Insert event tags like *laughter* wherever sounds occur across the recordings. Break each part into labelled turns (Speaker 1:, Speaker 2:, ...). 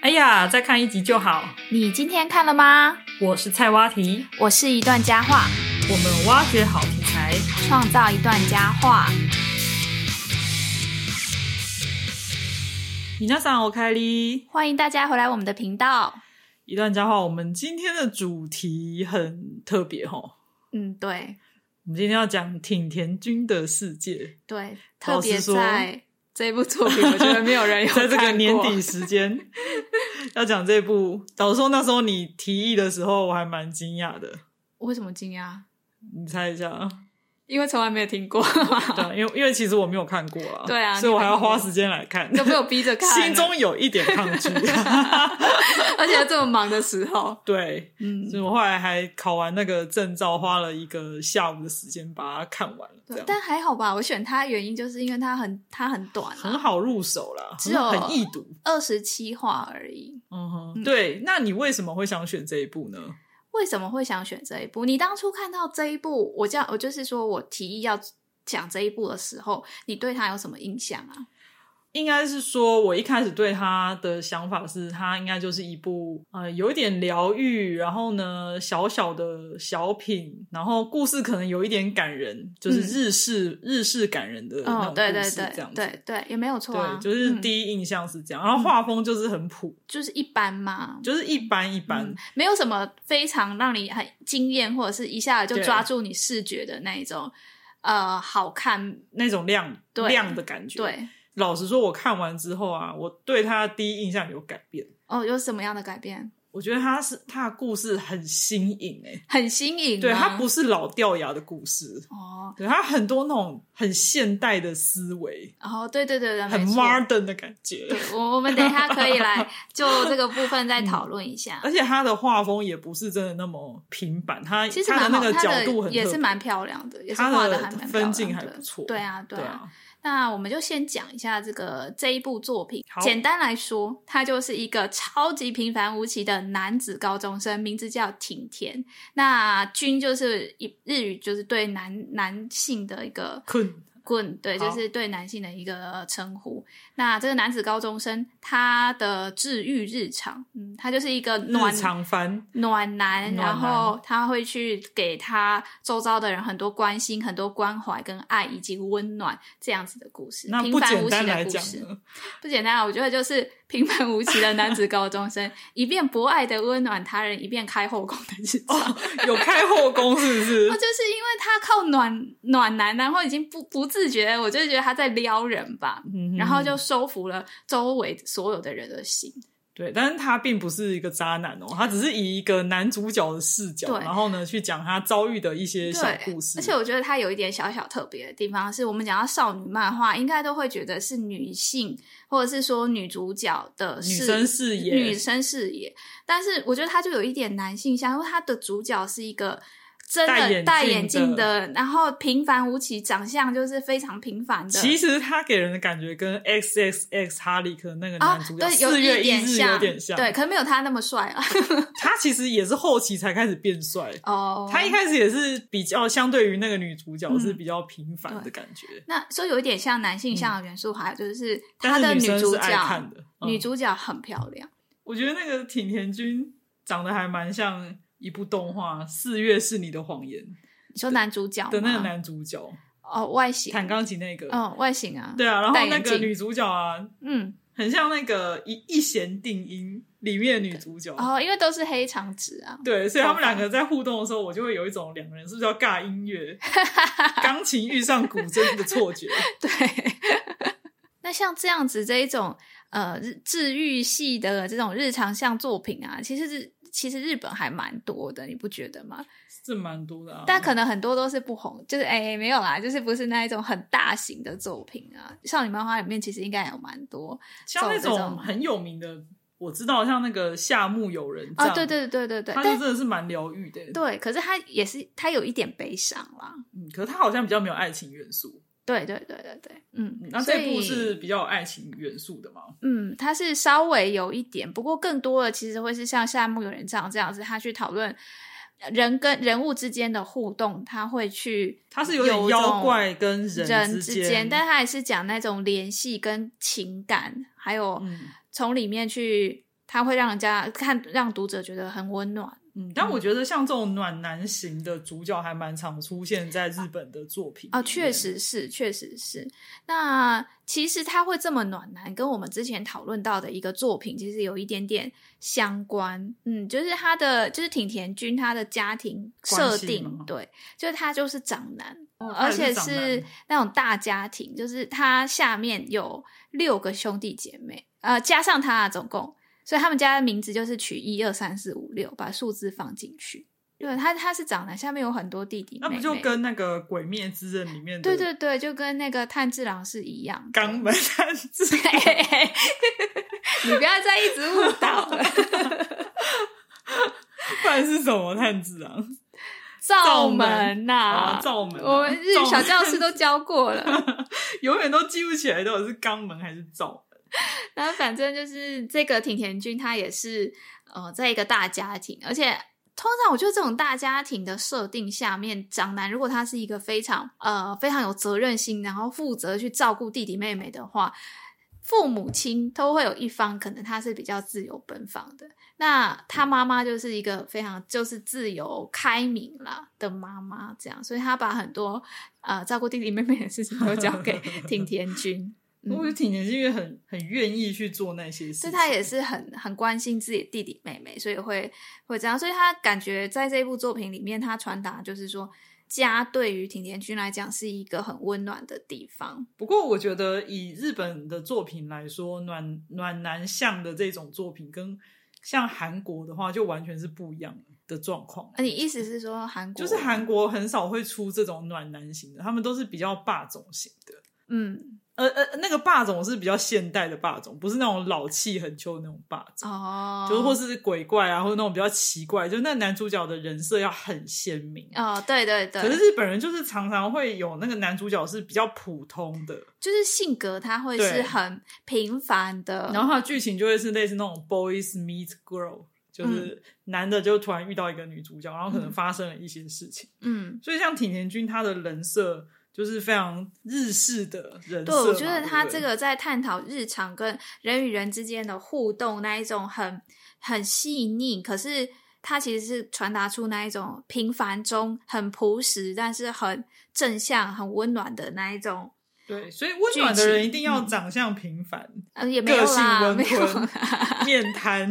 Speaker 1: 哎呀，再看一集就好。
Speaker 2: 你今天看了吗？
Speaker 1: 我是菜蛙题，
Speaker 2: 我是一段佳话，
Speaker 1: 我们挖掘好题材。
Speaker 2: 创造一段佳话。
Speaker 1: 米娜桑，我开哩。
Speaker 2: 欢迎大家回来我们的频道。
Speaker 1: 一段佳话，我们今天的主题很特别哦。
Speaker 2: 嗯，对
Speaker 1: 我们今天要讲挺田君的世界，
Speaker 2: 对，特
Speaker 1: 老实
Speaker 2: 别
Speaker 1: 说
Speaker 2: 在这部作品，我觉得没
Speaker 1: *laughs*
Speaker 2: 有人有
Speaker 1: 在这个
Speaker 2: 看
Speaker 1: 年
Speaker 2: 过
Speaker 1: 底时间 *laughs* 要讲这部。导说那时候你提议的时候，我还蛮惊讶的。
Speaker 2: 为什么惊讶？
Speaker 1: 你猜一下
Speaker 2: *laughs*
Speaker 1: 啊？
Speaker 2: 因为从来没有听过， *laughs*
Speaker 1: 对啊，因为因为其实我没有看过啊，
Speaker 2: 对啊
Speaker 1: 所以我还要
Speaker 2: 你没看过
Speaker 1: 花时间来看，
Speaker 2: 都被我逼着看了，
Speaker 1: 心中有一点抗
Speaker 2: *laughs*
Speaker 1: 拒。
Speaker 2: 而且这么忙的时候，
Speaker 1: 对，
Speaker 2: 嗯，
Speaker 1: 所以我后来还考完那个证照，花了一个下午的时间把它看完了，这
Speaker 2: 对
Speaker 1: 样
Speaker 2: 但还好吧。我选它的原因就是因为它很它很短、啊，
Speaker 1: 很好入手啦，
Speaker 2: 只有
Speaker 1: 很很易读。
Speaker 2: 二十七话而已。
Speaker 1: 嗯哼，对，那你为什么会想选这一部呢？
Speaker 2: 为什么会想选这一部？你当初看到这一部，我这样我就是说我提议要讲这一部的时候，你对它有什么印象啊？
Speaker 1: 应该是说，我一开始对他的想法是，他应该就是一部呃有一点疗愈，然后呢小小的小品，然后故事可能有一点感人，就是日式、日式感人的那
Speaker 2: 嗯哦
Speaker 1: 种，
Speaker 2: 对对
Speaker 1: 故事这
Speaker 2: 对
Speaker 1: 样子。
Speaker 2: 对对，也没有错啊，
Speaker 1: 对，就是
Speaker 2: 嗯、
Speaker 1: 第一印象是这样，然后画风就是很普，
Speaker 2: 就是一般嘛，
Speaker 1: 就是一般一般，
Speaker 2: 嗯没有什么非常让你很惊艳，或者是一下就
Speaker 1: 对
Speaker 2: 抓住你视觉的那一种，呃，好看，
Speaker 1: 那种亮
Speaker 2: 对
Speaker 1: 亮的感觉。，
Speaker 2: 对。
Speaker 1: 老实说，我看完之后啊，我对他的第一印象有改变。
Speaker 2: 哦，有什么样的改变？
Speaker 1: 我觉得他是他的故事很新颖诶、
Speaker 2: 很新颖吗，
Speaker 1: 对他不是老掉牙的故事，
Speaker 2: 哦，
Speaker 1: 对他很多那种很现代的思维，
Speaker 2: 然后哦对对对对，
Speaker 1: 很
Speaker 2: 啊没错
Speaker 1: modern 的感觉
Speaker 2: 对。我我们等一下可以
Speaker 1: *laughs*
Speaker 2: 来就这个部分再
Speaker 1: 嗯
Speaker 2: 讨论一下。
Speaker 1: 而且他的画风也不是真的那么平板，他
Speaker 2: 其实
Speaker 1: 他的
Speaker 2: 蛮好，
Speaker 1: 那个
Speaker 2: 它
Speaker 1: 角度很
Speaker 2: 也
Speaker 1: 特
Speaker 2: 是
Speaker 1: 别
Speaker 2: 蛮漂亮的，也是
Speaker 1: 它
Speaker 2: 画
Speaker 1: 的
Speaker 2: 还蛮漂
Speaker 1: 分
Speaker 2: 亮
Speaker 1: 镜
Speaker 2: 的
Speaker 1: 还不错
Speaker 2: 对啊，对
Speaker 1: 对
Speaker 2: 啊。，那我们就先讲一下这个这一部作品
Speaker 1: 好。
Speaker 2: 简单来说，他就是一个超级平凡无奇的男子高中生，名字叫挺田。那君就是以日语就是对男男性的一个
Speaker 1: 困
Speaker 2: 棍，对，就
Speaker 1: 好
Speaker 2: 是对男性的一个称呼。那这个男子高中生他的治愈日常，嗯，他就是一个暖
Speaker 1: 日常番，
Speaker 2: 暖
Speaker 1: 暖
Speaker 2: 男，然
Speaker 1: 男
Speaker 2: 后他会去给他周遭的人很多关心、很多关怀跟爱以及温暖这样子的故事，
Speaker 1: 那
Speaker 2: 平
Speaker 1: 不
Speaker 2: 凡
Speaker 1: 简
Speaker 2: 无
Speaker 1: 单
Speaker 2: 奇
Speaker 1: 来
Speaker 2: 的故
Speaker 1: 讲
Speaker 2: 事，
Speaker 1: 呢，
Speaker 2: 不简单啊！我觉得就是平凡无奇的男子高中生， *laughs* 一遍博爱的温暖他人，一遍开后宫的日
Speaker 1: 哦
Speaker 2: 常。
Speaker 1: 有开后宫是不是
Speaker 2: 那？就是因为他靠暖暖男，然后已经不不自觉，我就觉得他在撩人吧，
Speaker 1: 嗯
Speaker 2: *laughs* 然后就收服了周围所有的人的心。
Speaker 1: 对，但是他并不是一个渣男哦，他只是以一个男主角的视角，
Speaker 2: 对
Speaker 1: 然后呢去讲他遭遇的一些小
Speaker 2: 对，
Speaker 1: 故事。
Speaker 2: 而且我觉得它有一点小小特别的地方，是我们讲到少女漫画，应该都会觉得是女性或者是说女主角的
Speaker 1: 女
Speaker 2: 视
Speaker 1: 生视野
Speaker 2: 女生视野。但是我觉得它就有一点男性向，因为它的主角是一个。真
Speaker 1: 戴眼
Speaker 2: 的戴眼
Speaker 1: 镜
Speaker 2: 镜
Speaker 1: 的
Speaker 2: 的，然后平凡无奇，长相就是非常平凡的。
Speaker 1: 其实他给人的感觉跟 X X X 哈利克那个
Speaker 2: 啊
Speaker 1: 男主，角
Speaker 2: 对，有
Speaker 1: 四月
Speaker 2: 一
Speaker 1: 一
Speaker 2: 点
Speaker 1: 日有点像，
Speaker 2: 对，可是没有他那么帅
Speaker 1: *laughs*
Speaker 2: 啊。
Speaker 1: 他其实也是后期才开始变帅。
Speaker 2: 哦，嗯
Speaker 1: 他一开始也是比较相对于那个女主角是比较平凡的
Speaker 2: 对
Speaker 1: 感觉，
Speaker 2: 那所以有一点像男性向的元素，还有就是他
Speaker 1: 嗯但
Speaker 2: 的
Speaker 1: 是
Speaker 2: 女
Speaker 1: 生
Speaker 2: 主
Speaker 1: 是爱看
Speaker 2: 角，
Speaker 1: 的。嗯
Speaker 2: 女主角很漂亮。
Speaker 1: 我觉得那个挺田君长得还蛮像一部动画《四月是你的谎言
Speaker 2: 你说男主角》吗
Speaker 1: 的那个男主角，
Speaker 2: 哦，外形，
Speaker 1: 弹钢琴那个。
Speaker 2: 嗯，外形啊，
Speaker 1: 对啊，然后
Speaker 2: 戴
Speaker 1: 那
Speaker 2: 眼
Speaker 1: 个
Speaker 2: 镜
Speaker 1: 女主角啊，
Speaker 2: 嗯，
Speaker 1: 很像那个一一弦定音里面的女主角。
Speaker 2: 哦，因为都是黑长直啊， *laughs*
Speaker 1: 对，所以他们两个在互动的时候，我就会有一种两个人是不是要尬音 *laughs* 乐，钢琴遇上古筝的错觉。 *laughs*
Speaker 2: 对。 *laughs* 那像这样子这一种呃日治愈系的这种日常向作品啊，其实是其实日本还蛮多的，你不觉得吗？
Speaker 1: 是蛮多的啊。
Speaker 2: 但可能很多都是不红，就是哎、没有啦，就是不是那一种很大型的作品啊。少女漫画里面其实应该有蛮多
Speaker 1: 像那
Speaker 2: 这
Speaker 1: 种
Speaker 2: 种
Speaker 1: 很有名的，我知道像那个夏目友人帐
Speaker 2: 啊，对，对对对对，
Speaker 1: 他就真
Speaker 2: 但
Speaker 1: 的是蛮疗愈的。
Speaker 2: 对，可是它也是它有一点悲伤啦，
Speaker 1: 嗯，可是他好像比较没有爱情元素。
Speaker 2: 对对对对对，嗯
Speaker 1: 嗯，那
Speaker 2: 所
Speaker 1: 这
Speaker 2: 以
Speaker 1: 部是比较有爱情元素的嘛？
Speaker 2: 嗯，它是稍微有一点，不过更多的其实会是像夏目友人帐这样子，他去讨论人跟人物之间的互动，他会去
Speaker 1: 它是有点
Speaker 2: 一
Speaker 1: 妖
Speaker 2: 种
Speaker 1: 怪跟
Speaker 2: 人
Speaker 1: 之
Speaker 2: 之间，但他也是讲那种联系跟情感，还有
Speaker 1: 嗯
Speaker 2: 从里面去它会让人家看，让读者觉得很温暖。
Speaker 1: 嗯，但我觉得像这种暖男型的主角还蛮常出现在日本的作品
Speaker 2: 哦，
Speaker 1: 里
Speaker 2: 确
Speaker 1: 面，
Speaker 2: 实是，确实是。那其实它会这么暖男，跟我们之前讨论到的一个作品其实有一点点相关。嗯，就是他的，就是挺田君他的家庭设
Speaker 1: 关系吗
Speaker 2: 定，对，就是他就是长男，
Speaker 1: 哦
Speaker 2: 而且
Speaker 1: 他也是
Speaker 2: 是那种大家庭，就是他下面有六个兄弟姐妹，呃，加上他、啊、总共，所以他们家的名字就是取一二三四五六，把数字放进去。对他，他是长男，下面有很多弟弟
Speaker 1: 那
Speaker 2: 妹妹。
Speaker 1: 不就跟那个《鬼灭之刃》里面的
Speaker 2: 对对对，就跟那个炭治郎是一样的。
Speaker 1: 肛门三字
Speaker 2: 你不要再一直误
Speaker 1: *laughs*
Speaker 2: 导了。
Speaker 1: *laughs* 不然是什么探子
Speaker 2: *laughs*
Speaker 1: 啊？
Speaker 2: 灶
Speaker 1: 门
Speaker 2: 门呐、
Speaker 1: 啊，灶门啊、
Speaker 2: 我们日
Speaker 1: *laughs*
Speaker 2: 语
Speaker 1: 灶
Speaker 2: 小
Speaker 1: 门
Speaker 2: 教室都教过了。
Speaker 1: 永远都记不起来到底是肛门还是灶门。
Speaker 2: 那反正就是这个挺田君，他也是呃，在一个大家庭，而且通常我觉得这种大家庭的设定下面，长男如果他是一个非常呃非常有责任心，然后负责去照顾弟弟妹妹的话，父母亲都会有一方可能他是比较自由奔放的，那他妈妈就是一个非常就是自由开明啦的妈妈，这样，所以他把很多呃照顾弟弟妹妹的事情都交给 *laughs* 挺田君。嗯
Speaker 1: 我觉得挺年轻，因为很很愿意去做那些事
Speaker 2: 所
Speaker 1: 情。
Speaker 2: 以他也是很很关心自己的弟弟妹妹，所以会会这样。所以他感觉在这一部作品里面，他传达就是说，家对于挺田君来讲是一个很温暖的地方。
Speaker 1: 不过，我觉得以日本的作品来说，暖暖男向的这种作品，跟像韩国的话，就完全是不一样的状况。
Speaker 2: 呃你意思是说韩国
Speaker 1: 就是韩国很少会出这种暖男型的，他们都是比较霸总型的。
Speaker 2: 嗯
Speaker 1: 呃呃，那个霸总是比较现代的霸总，不是那种老气横秋的那种霸总，
Speaker 2: 哦，
Speaker 1: 就是或是鬼怪啊，或者那种比较奇怪，就那男主角的人设要很鲜明。
Speaker 2: 哦，对对对，
Speaker 1: 可是日本人就是常常会有那个男主角是比较普通的，
Speaker 2: 就是性格他会
Speaker 1: 对
Speaker 2: 是很平凡的，
Speaker 1: 然后他的剧情就会是类似那种 boys meet girl，就是
Speaker 2: 嗯
Speaker 1: 男的就突然遇到一个女主角，然后可能发生了一些事情。
Speaker 2: 嗯。
Speaker 1: 所以像挺田君他的人设就是非常日式的人设嘛，
Speaker 2: 对，我觉得
Speaker 1: 对
Speaker 2: 他
Speaker 1: 不对
Speaker 2: 这个在探讨日常跟人与人之间的互动那一种很很细腻，可是他其实是传达出那一种平凡中很朴实，但是很正向、很温暖的那一种。
Speaker 1: 对，所以温暖的人一定要
Speaker 2: 嗯
Speaker 1: 长相平凡、
Speaker 2: 嗯，也没有
Speaker 1: 个性
Speaker 2: 啦，
Speaker 1: 温
Speaker 2: 没有
Speaker 1: 吞
Speaker 2: 啦，、 *laughs*
Speaker 1: 面瘫、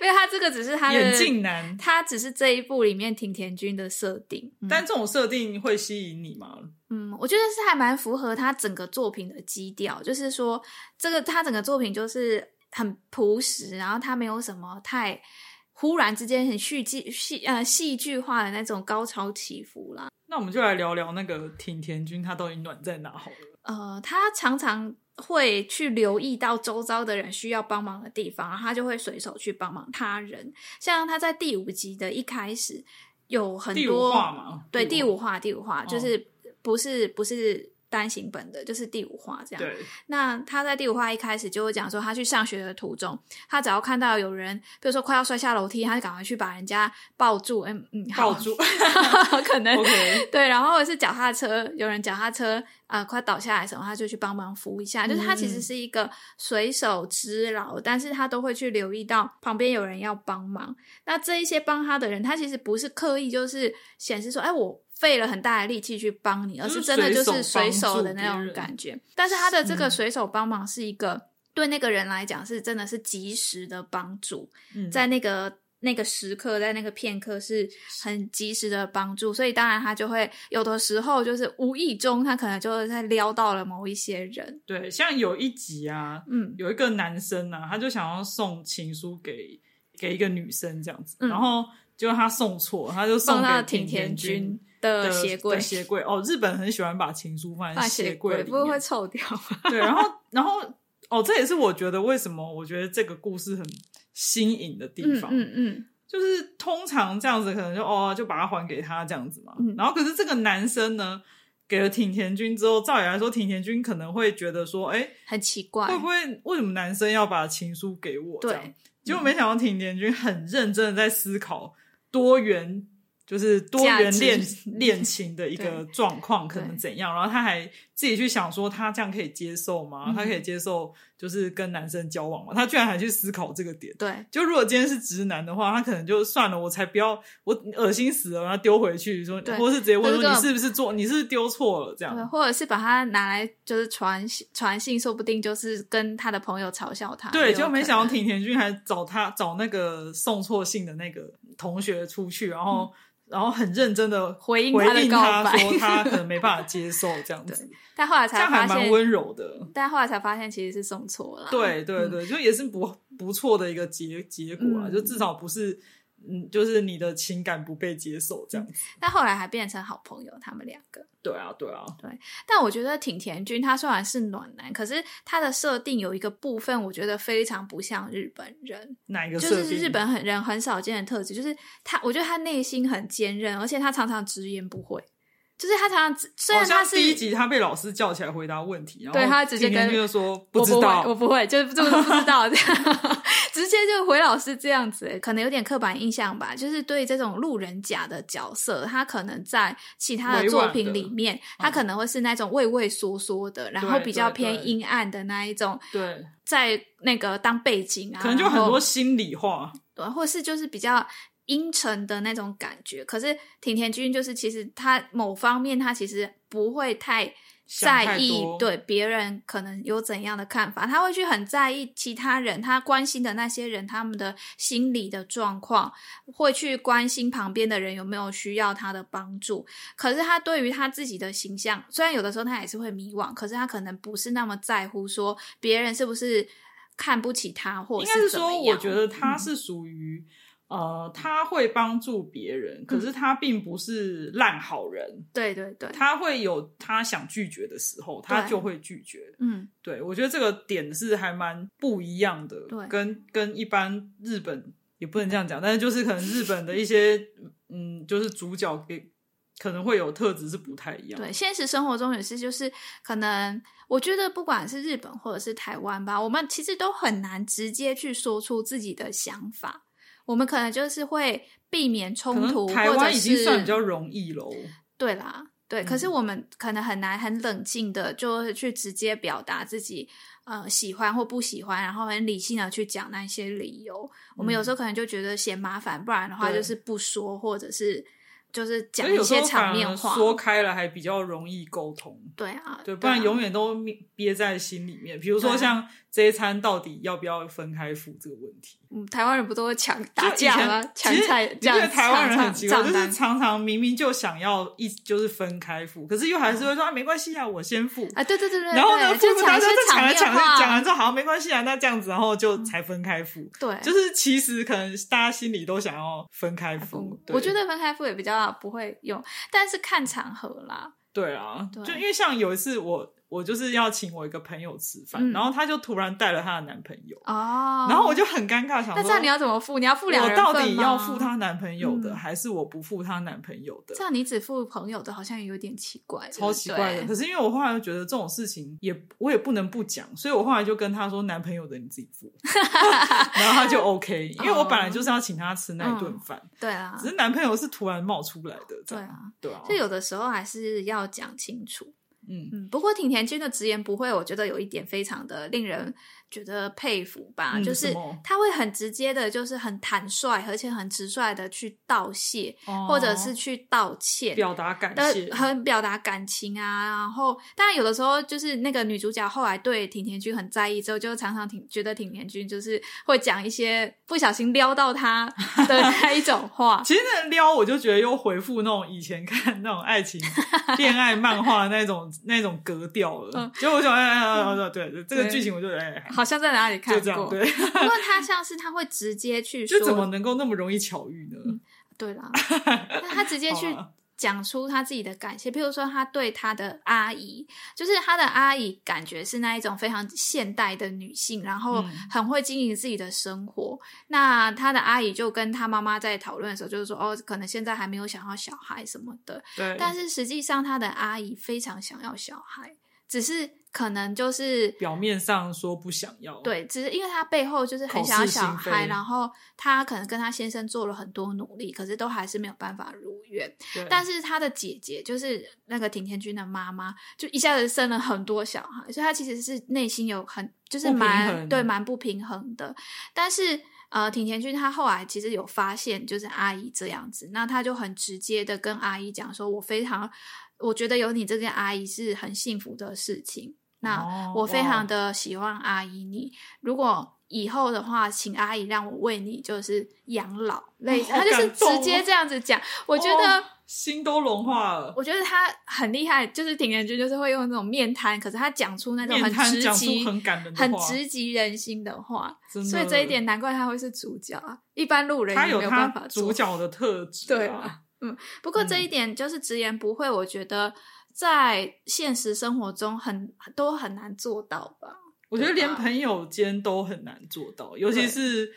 Speaker 2: 没有。他这个只是 *laughs* 他的
Speaker 1: 眼镜，男。
Speaker 2: 他只是这一部里面挺田君的设定。嗯
Speaker 1: 但这种设定会吸引你吗？
Speaker 2: 嗯，我觉得是还蛮符合他整个作品的基调，就是说这个他整个作品就是很朴实，然后他没有什么太忽然之间很戏剧戏呃戏剧化的那种高潮起伏啦。
Speaker 1: 那我们就来聊聊那个挺田君他到底暖在哪好了。
Speaker 2: 呃，他常常会去留意到周遭的人需要帮忙的地方，然后他就会随手去帮忙他人。像他在第五集的一开始有很多
Speaker 1: 第五话嘛，
Speaker 2: 对第五话第五话、
Speaker 1: 哦
Speaker 2: 就是不是不是单行本的，就是第五话这样。
Speaker 1: 对，
Speaker 2: 那他在第五话一开始就会讲说，他去上学的途中，他只要看到有人，比如说快要摔下楼梯，他就赶快去把人家抱住，嗯嗯，好
Speaker 1: 抱，住
Speaker 2: *laughs* 可能
Speaker 1: ，OK，
Speaker 2: *laughs* 对，然后或者是脚踏车，有人脚踏车啊、呃快倒下来的时候，他就去帮忙扶一下。就是他其实
Speaker 1: 嗯
Speaker 2: 是一个随手之劳，但是他都会去留意到旁边有人要帮忙。那这一些帮他的人，他其实不是刻意，就是显示说，哎，我费了很大的力气去帮你，而
Speaker 1: 就是
Speaker 2: 是真的
Speaker 1: 随
Speaker 2: 就
Speaker 1: 手
Speaker 2: 是随
Speaker 1: 帮助
Speaker 2: 手的
Speaker 1: 别
Speaker 2: 那种
Speaker 1: 人
Speaker 2: 感觉。但是他的这个
Speaker 1: 嗯
Speaker 2: 随手帮忙是一个。对那个人来讲，是真的是及时的帮助，
Speaker 1: 嗯
Speaker 2: 在那个那个时刻，在那个片刻是很及时的帮助，所以当然他就会有的时候就是无意中，他可能就在撩到了某一些人，
Speaker 1: 对，像有一集啊，
Speaker 2: 嗯
Speaker 1: 有一个男生啊，他就想要送情书给给一个女生这样子，
Speaker 2: 嗯
Speaker 1: 然后结果他送错，他就
Speaker 2: 送
Speaker 1: 送
Speaker 2: 到
Speaker 1: 给
Speaker 2: 挺
Speaker 1: 田
Speaker 2: 田
Speaker 1: 君
Speaker 2: 君的
Speaker 1: 的
Speaker 2: 鞋柜
Speaker 1: 的，鞋柜哦，日本很喜欢把情书放在
Speaker 2: 放
Speaker 1: 鞋
Speaker 2: 鞋
Speaker 1: 柜
Speaker 2: 柜
Speaker 1: 里
Speaker 2: 不是会
Speaker 1: 面，
Speaker 2: 臭掉吗？
Speaker 1: 对，然后然后哦，这也是我觉得为什么我觉得这个故事很新颖的地
Speaker 2: 嗯
Speaker 1: 方，
Speaker 2: 嗯嗯，
Speaker 1: 就是通常这样子可能就哦就把它还给他这样子嘛，
Speaker 2: 嗯
Speaker 1: 然后可是这个男生呢。给了挺田君之后，照理来说，挺田君可能会觉得说，哎、
Speaker 2: 很奇怪，
Speaker 1: 会不会为什么男生要把情书给
Speaker 2: 嗯
Speaker 1: 我？这样
Speaker 2: 对，
Speaker 1: 结果没想到挺田君很认真的在思考多元就是多元恋
Speaker 2: 价值
Speaker 1: 恋情的一个
Speaker 2: 对
Speaker 1: 状况可能
Speaker 2: 对
Speaker 1: 怎样，然后他还自己去想说他这样可以接受吗？
Speaker 2: 嗯
Speaker 1: 他可以接受就是跟男生交往吗？他居然还去思考这个点。
Speaker 2: 对
Speaker 1: 就如果今天是直男的话，他可能就算了，我才不要，我恶心死了，然后丢回去说，
Speaker 2: 对
Speaker 1: 或是直接问
Speaker 2: 或者
Speaker 1: 说
Speaker 2: 根
Speaker 1: 你
Speaker 2: 本
Speaker 1: 是不是做，你是不是丢错了这
Speaker 2: 对，
Speaker 1: 样。
Speaker 2: 或者是把它拿来就是传信传信，说不定就是跟他的朋友嘲笑他。也
Speaker 1: 对，
Speaker 2: 有
Speaker 1: 就没
Speaker 2: 可
Speaker 1: 想到
Speaker 2: 能
Speaker 1: 挺田俊还找他找那个送错信的那个同学出去，然后、然后很认真的
Speaker 2: 嗯回应
Speaker 1: 回
Speaker 2: 他的
Speaker 1: 应
Speaker 2: 告
Speaker 1: 他
Speaker 2: 白
Speaker 1: 说他可能没办法接
Speaker 2: *laughs*
Speaker 1: 受这样子，
Speaker 2: 但后来
Speaker 1: 这
Speaker 2: 才
Speaker 1: 样还
Speaker 2: 发
Speaker 1: 蛮
Speaker 2: 现，
Speaker 1: 温柔
Speaker 2: *laughs*
Speaker 1: 的。
Speaker 2: 但后来才发现其实是送错了。
Speaker 1: 对对对，就也是不不错的一个结结果啊，
Speaker 2: 嗯
Speaker 1: 就至少不是嗯，就是你的情感不被接受这样子。
Speaker 2: 但后来还变成好朋友，他们两个。
Speaker 1: 对啊，对啊，
Speaker 2: 但我觉得挺田君他虽然是暖男，可是他的设定有一个部分，我觉得非常不像日本人，
Speaker 1: 哪一个
Speaker 2: 就
Speaker 1: 设
Speaker 2: 是
Speaker 1: 定？
Speaker 2: 日本很人很少见的特质，就是他，我觉得他内心很坚韧，而且他常常直言不讳，就是他常常虽
Speaker 1: 好
Speaker 2: 然他
Speaker 1: 像
Speaker 2: 是
Speaker 1: 第一集他被老师叫起来回答问题，然后
Speaker 2: 对他直接
Speaker 1: 今天
Speaker 2: 跟
Speaker 1: 就说
Speaker 2: 我
Speaker 1: 知
Speaker 2: 不
Speaker 1: 道，
Speaker 2: 会，我不
Speaker 1: *laughs*
Speaker 2: 会，就是就是不知道这 *laughs* 样，直接就回老师这样子、可能有点刻板印象吧。就是对这种路人甲的角色，他可能在其
Speaker 1: 委
Speaker 2: 他的
Speaker 1: 婉
Speaker 2: 作
Speaker 1: 的
Speaker 2: 品里面，他可能会是那种畏畏缩缩的，然后
Speaker 1: 对
Speaker 2: 比较
Speaker 1: 对对
Speaker 2: 偏阴暗的那一种，
Speaker 1: 对，
Speaker 2: 在那个当背景啊，
Speaker 1: 可能就
Speaker 2: 然
Speaker 1: 很
Speaker 2: 后
Speaker 1: 多心里话，
Speaker 2: 对，啊或是就是比较阴沉的那种感觉。可是挺田君就是其实他某方面他其实不会太
Speaker 1: 想太
Speaker 2: 在意
Speaker 1: 多
Speaker 2: 对别人可能有怎样的看法，他会去很在意其他人，他关心的那些人他们的心理的状况，会去关心旁边的人有没有需要他的帮助。可是他对于他自己的形象，虽然有的时候他也是会迷惘，可是他可能不是那么在乎说别人是不是。看不起他，或
Speaker 1: 应
Speaker 2: 者
Speaker 1: 该是
Speaker 2: 怎么
Speaker 1: 说，我
Speaker 2: 样
Speaker 1: 觉得他
Speaker 2: 嗯
Speaker 1: 是属于、呃，他会帮助别人，可
Speaker 2: 嗯
Speaker 1: 是他并不是烂好人，
Speaker 2: 对对对，
Speaker 1: 他会有他想拒绝的时候，他
Speaker 2: 对
Speaker 1: 就会拒绝。
Speaker 2: 嗯，
Speaker 1: 对我觉得这个点是还蛮不一样的，
Speaker 2: 对
Speaker 1: 跟跟一般日本也不能这样讲，但是就是可能日本的一些嗯，就是主角给可能会有特质是不太一样的。
Speaker 2: 对，现实生活中也是，就是可能我觉得不管是日本或者是台湾吧，我们其实都很难直接去说出自己的想法，我们可能就是会避免
Speaker 1: 可
Speaker 2: 冲
Speaker 1: 能
Speaker 2: 突，
Speaker 1: 台
Speaker 2: 或者
Speaker 1: 湾已经
Speaker 2: 是
Speaker 1: 算比较容易喽。
Speaker 2: 对啦，对。可是
Speaker 1: 嗯
Speaker 2: 我们可能很难很冷静的，就是去直接表达自己呃喜欢或不喜欢，然后很理性的去讲那些理由。我们有时候可能就觉得嫌麻烦，不然的话
Speaker 1: 嗯对
Speaker 2: 就是不说，或者是就是
Speaker 1: 所
Speaker 2: 讲
Speaker 1: 以
Speaker 2: 一
Speaker 1: 有时
Speaker 2: 些
Speaker 1: 候
Speaker 2: 场
Speaker 1: 反
Speaker 2: 面
Speaker 1: 而
Speaker 2: 话。
Speaker 1: 说开了还比较容易沟通，
Speaker 2: 对啊，
Speaker 1: 对，不然
Speaker 2: 啊
Speaker 1: 永远都憋憋在心里面。比如
Speaker 2: 对
Speaker 1: 说
Speaker 2: 啊
Speaker 1: 像这一餐到底要不要分开付这个问题，
Speaker 2: 嗯，台湾人不都会抢
Speaker 1: 就
Speaker 2: 打
Speaker 1: 以
Speaker 2: 架
Speaker 1: 前
Speaker 2: 吗？抢
Speaker 1: 其实
Speaker 2: 菜
Speaker 1: 你
Speaker 2: 这样
Speaker 1: 觉得台湾人
Speaker 2: 抢
Speaker 1: 很奇怪，
Speaker 2: 账
Speaker 1: 就
Speaker 2: 单
Speaker 1: 是常常明明就想要一就是分开付，可是又还是会说啊没关系啊，我先付。
Speaker 2: 啊，对对对对，
Speaker 1: 然后呢，
Speaker 2: 对
Speaker 1: 付
Speaker 2: 就
Speaker 1: 付大
Speaker 2: 一
Speaker 1: 家
Speaker 2: 些
Speaker 1: 再抢
Speaker 2: 场
Speaker 1: 来
Speaker 2: 面
Speaker 1: 抢去，讲
Speaker 2: 话，
Speaker 1: 完之后好没关系啊，那这样子，然后就才分开付。
Speaker 2: 对，
Speaker 1: 就是其实可能大家心里都想要分开付
Speaker 2: 嗯，
Speaker 1: 对
Speaker 2: 我觉得分开付也比较不会用，但是看场合啦。
Speaker 1: 对啊，
Speaker 2: 对
Speaker 1: 就因为像有一次我我就是要请我一个朋友吃饭，
Speaker 2: 嗯
Speaker 1: 然后她就突然带了她的男朋友，
Speaker 2: 哦，
Speaker 1: 然后我就很尴尬，想
Speaker 2: 那这样你
Speaker 1: 说。
Speaker 2: 要怎么付？你要付两
Speaker 1: 我
Speaker 2: 人
Speaker 1: 到
Speaker 2: 份
Speaker 1: 底
Speaker 2: 吗
Speaker 1: 要付？她男朋友的，
Speaker 2: 嗯
Speaker 1: 还是我不付她男朋友的
Speaker 2: 这？样你只付朋友的，好像有点奇怪，
Speaker 1: 超奇怪
Speaker 2: 对
Speaker 1: 的。
Speaker 2: 不
Speaker 1: 可
Speaker 2: 对
Speaker 1: 是因为我后来就觉得这种事情也我也不能不讲，所以我后来就跟他说男朋友的你自己
Speaker 2: *laughs*
Speaker 1: 付，然后他就 OK，因为我本来就是要请他吃那一顿饭，
Speaker 2: 对啊，
Speaker 1: 只是男朋友是突然冒出来的，这
Speaker 2: 对
Speaker 1: 样
Speaker 2: 啊，
Speaker 1: 对啊，
Speaker 2: 就有的时候还是要讲清楚。
Speaker 1: 嗯，
Speaker 2: 嗯，不过挺田君的直言不讳，我觉得有一点非常的令人觉得佩服吧，
Speaker 1: 嗯
Speaker 2: 就
Speaker 1: 什
Speaker 2: 是
Speaker 1: 么
Speaker 2: 他会很直接的，就是很坦率，而且很直率的去道谢，或者是
Speaker 1: 哦
Speaker 2: 去道歉。
Speaker 1: 表达感
Speaker 2: 的
Speaker 1: 谢，，
Speaker 2: 很表达感情啊，然后当然有的时候就是那个女主角后来对挺田君很在意之后，就常常挺觉得挺田君就是会讲一些不小心撩到她的那一种话
Speaker 1: 其实那撩我就觉得又回复那种以前看那种爱
Speaker 2: *laughs*
Speaker 1: 情恋爱漫画的那种那种格调了
Speaker 2: 嗯，
Speaker 1: 就我想哎哎哎哎，对对这个
Speaker 2: 对
Speaker 1: 剧情我就哎，哎
Speaker 2: 好像在哪里看
Speaker 1: 就
Speaker 2: 过。
Speaker 1: 这样
Speaker 2: *laughs*
Speaker 1: 对，
Speaker 2: 不过她像是她会直接去
Speaker 1: *laughs*
Speaker 2: 说，嗯
Speaker 1: 就怎么能够那么容易巧遇呢？*laughs*
Speaker 2: 对啦，那他直接去
Speaker 1: 好啊
Speaker 2: 讲出他自己的感谢，譬如说他对他的阿姨，就是他的阿姨感觉是那一种非常现代的女性，然后
Speaker 1: 嗯
Speaker 2: 很会经营自己的生活。那他的阿姨就跟他妈妈在讨论的时候，就是说哦，可能现在还没有想要小孩什么的，
Speaker 1: 对，
Speaker 2: 但是实际上他的阿姨非常想要小孩。只是可能就是
Speaker 1: 表面上说不想要，，
Speaker 2: 对，只是因为他背后就是很
Speaker 1: 哦口
Speaker 2: 想要
Speaker 1: 是
Speaker 2: 小
Speaker 1: 心
Speaker 2: 孩，
Speaker 1: 非
Speaker 2: 然后他可能跟他先生做了很多努力，可是都还是没有办法如愿。
Speaker 1: 对
Speaker 2: 但是他的姐姐就是那个挺田君的妈妈，就一下子生了很多小孩，所以他其实是内心有很就是
Speaker 1: 不平
Speaker 2: 蛮
Speaker 1: 衡
Speaker 2: 对蛮不平衡的。但是呃，挺田君他后来其实有发现，就是阿姨这样子，那他就很直接的跟阿姨讲说，我非常我觉得有你这个阿姨是很幸福的事情。那
Speaker 1: 哦
Speaker 2: 我非常
Speaker 1: 哇
Speaker 2: 的喜欢阿姨你。如果以后的话，请阿姨让我为你就是养老，
Speaker 1: *laughs*
Speaker 2: 类似、
Speaker 1: 好
Speaker 2: 他就是
Speaker 1: 感动
Speaker 2: 直接
Speaker 1: 哦
Speaker 2: 这样子讲。我觉得，
Speaker 1: 哦心都融化了，
Speaker 2: 我觉得他很厉害，就是挺人君，就是会用那种面瘫，可是他讲出那种
Speaker 1: 面瘫
Speaker 2: 直
Speaker 1: 讲
Speaker 2: 击
Speaker 1: 出、很感人的
Speaker 2: 很
Speaker 1: 话
Speaker 2: 直击人心的话，
Speaker 1: 真的
Speaker 2: 所以这一点难怪他会是主角啊，一般路人
Speaker 1: 他
Speaker 2: 也
Speaker 1: 有
Speaker 2: 没有
Speaker 1: 他
Speaker 2: 办法做
Speaker 1: 主角的嗯特质、
Speaker 2: 对
Speaker 1: 啊
Speaker 2: 啊，不过这一点就是直言不讳，我觉得在现实生活中很都很难做到吧。
Speaker 1: 我觉得
Speaker 2: 对吧
Speaker 1: 连
Speaker 2: 啊
Speaker 1: 朋友间都很难做到，尤其
Speaker 2: 对
Speaker 1: 是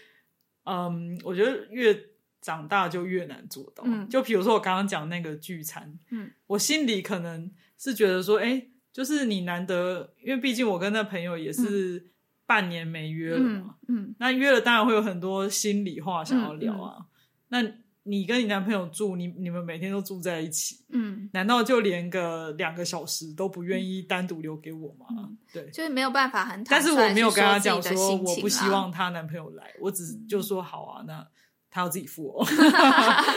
Speaker 1: 嗯，我觉得越长大就越难做到。
Speaker 2: 嗯
Speaker 1: 就比如说我刚刚讲那个聚餐，
Speaker 2: 嗯，
Speaker 1: 我心里可能是觉得说，哎、就是你难得，因为毕竟我跟那朋友也是半年没约了嘛，
Speaker 2: 嗯嗯
Speaker 1: 那约了当然会有很多心里话想要聊啊。那你跟你男朋友住，你你们每天都住在一起，
Speaker 2: 嗯，
Speaker 1: 难道就连个两个小时都不愿意单独留给我吗？
Speaker 2: 嗯
Speaker 1: 对。
Speaker 2: 就是没有办法很坦
Speaker 1: 但
Speaker 2: 率
Speaker 1: 是
Speaker 2: 地
Speaker 1: 我没
Speaker 2: 去说自己的心情啦。
Speaker 1: 有跟他讲说我不希望她男朋友来，我只是
Speaker 2: 嗯
Speaker 1: 就说好啊，那他要自己付
Speaker 2: *laughs*
Speaker 1: 哦。
Speaker 2: *laughs*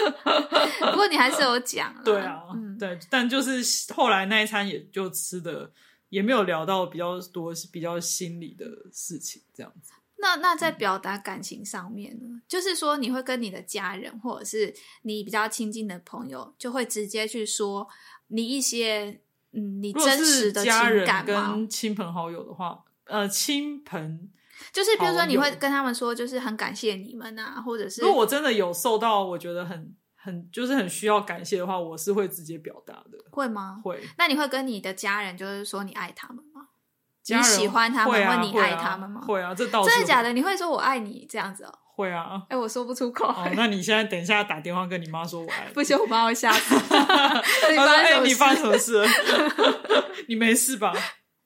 Speaker 2: 不过你还是有讲啦。
Speaker 1: *laughs* 对啊，
Speaker 2: 嗯，
Speaker 1: 对，但就是后来那一餐也就吃的也没有聊到比较多比较心理的事情，这样子。
Speaker 2: 那那在表达感情上面呢，就是说你会跟你的家人或者是你比较亲近的朋友，就会直接去说你一些嗯你
Speaker 1: 如果
Speaker 2: 真实
Speaker 1: 是
Speaker 2: 的
Speaker 1: 家
Speaker 2: 情
Speaker 1: 人
Speaker 2: 感吗？
Speaker 1: 跟亲朋好友的话，呃，亲朋，
Speaker 2: 就是比如说你
Speaker 1: 好
Speaker 2: 会
Speaker 1: 友
Speaker 2: 跟他们说，就是很感谢你们啊，或者是
Speaker 1: 如果我真的有受到我觉得很很就是很需要感谢的话，我是会直接表达的，
Speaker 2: 会吗？
Speaker 1: 会。
Speaker 2: 那你会跟你的家人就是说你爱他们吗？
Speaker 1: 家人
Speaker 2: 你喜欢他们
Speaker 1: 会啊、
Speaker 2: 问你
Speaker 1: 会啊
Speaker 2: 爱他们吗
Speaker 1: 会啊，这倒是
Speaker 2: 真的假
Speaker 1: 会？
Speaker 2: 的？你会说我爱你这样子哦？
Speaker 1: 会啊。
Speaker 2: 哎，我说不出口，
Speaker 1: 哦，那你现在等一下打电话跟你妈说我爱你。
Speaker 2: 不行，我妈会吓
Speaker 1: *laughs*
Speaker 2: 死。你
Speaker 1: 他说：“哎、你
Speaker 2: 发
Speaker 1: 发生什么事了？ *laughs* 你没事吧？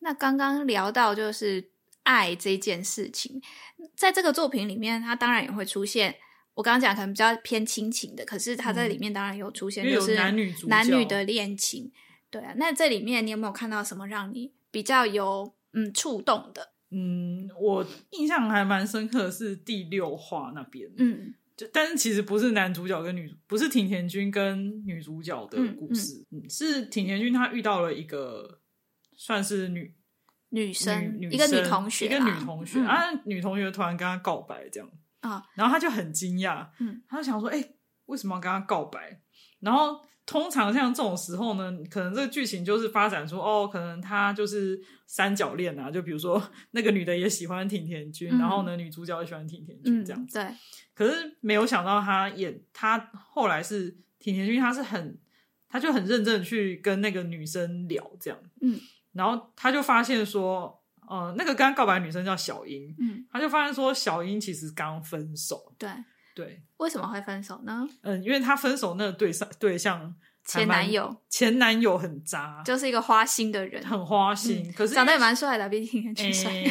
Speaker 2: 那刚刚聊到就是爱这件事情，在这个作品里面，它当然也会出现。我刚刚讲可能比较偏亲情的，可是它在里面当然有出现，
Speaker 1: 嗯因为
Speaker 2: 就
Speaker 1: 有
Speaker 2: 是
Speaker 1: 男女主角
Speaker 2: 男女的恋情。对啊，那这里面你有没有看到什么让你比较有嗯触动的？
Speaker 1: 嗯，我印象还蛮深刻的是第六话那边，，
Speaker 2: 嗯
Speaker 1: 就但是其实不是男主角跟女，不是挺田君跟女主角的故事，嗯是挺田君他遇到了一个算是女
Speaker 2: 女生
Speaker 1: 女女
Speaker 2: 一个女
Speaker 1: 生
Speaker 2: 同学
Speaker 1: 一个
Speaker 2: 啦，
Speaker 1: 女同学、
Speaker 2: 嗯
Speaker 1: 啊，女同学突然跟他告白这样，
Speaker 2: 啊，
Speaker 1: 然后他就很惊讶，
Speaker 2: 嗯，
Speaker 1: 他就想说，哎、为什么要跟他告白？然后通常像这种时候呢，可能这个剧情就是发展出，哦，可能他就是三角恋啊，就比如说 *laughs* 那个女的也喜欢挺田君，
Speaker 2: 嗯
Speaker 1: 然后呢，女主角也喜欢挺田君
Speaker 2: 嗯
Speaker 1: 这样子。
Speaker 2: 对，
Speaker 1: 可是没有想到他演他后来是挺田君，他是很他就很认真的去跟那个女生聊这样，
Speaker 2: 嗯，
Speaker 1: 然后他就发现说，呃，那个跟他告白的女生叫小英，
Speaker 2: 嗯
Speaker 1: 他就发现说小英其实刚分手，
Speaker 2: 对，
Speaker 1: 对，
Speaker 2: 为什么会分手呢？
Speaker 1: 嗯，因为他分手那个对象对象还
Speaker 2: 前
Speaker 1: 蛮
Speaker 2: 男友
Speaker 1: 前男友很渣，
Speaker 2: 就是一个花心
Speaker 1: *laughs*
Speaker 2: 的人，
Speaker 1: 很花心，可是
Speaker 2: 长得也蛮帅的，比挺人
Speaker 1: 诶
Speaker 2: 君帅，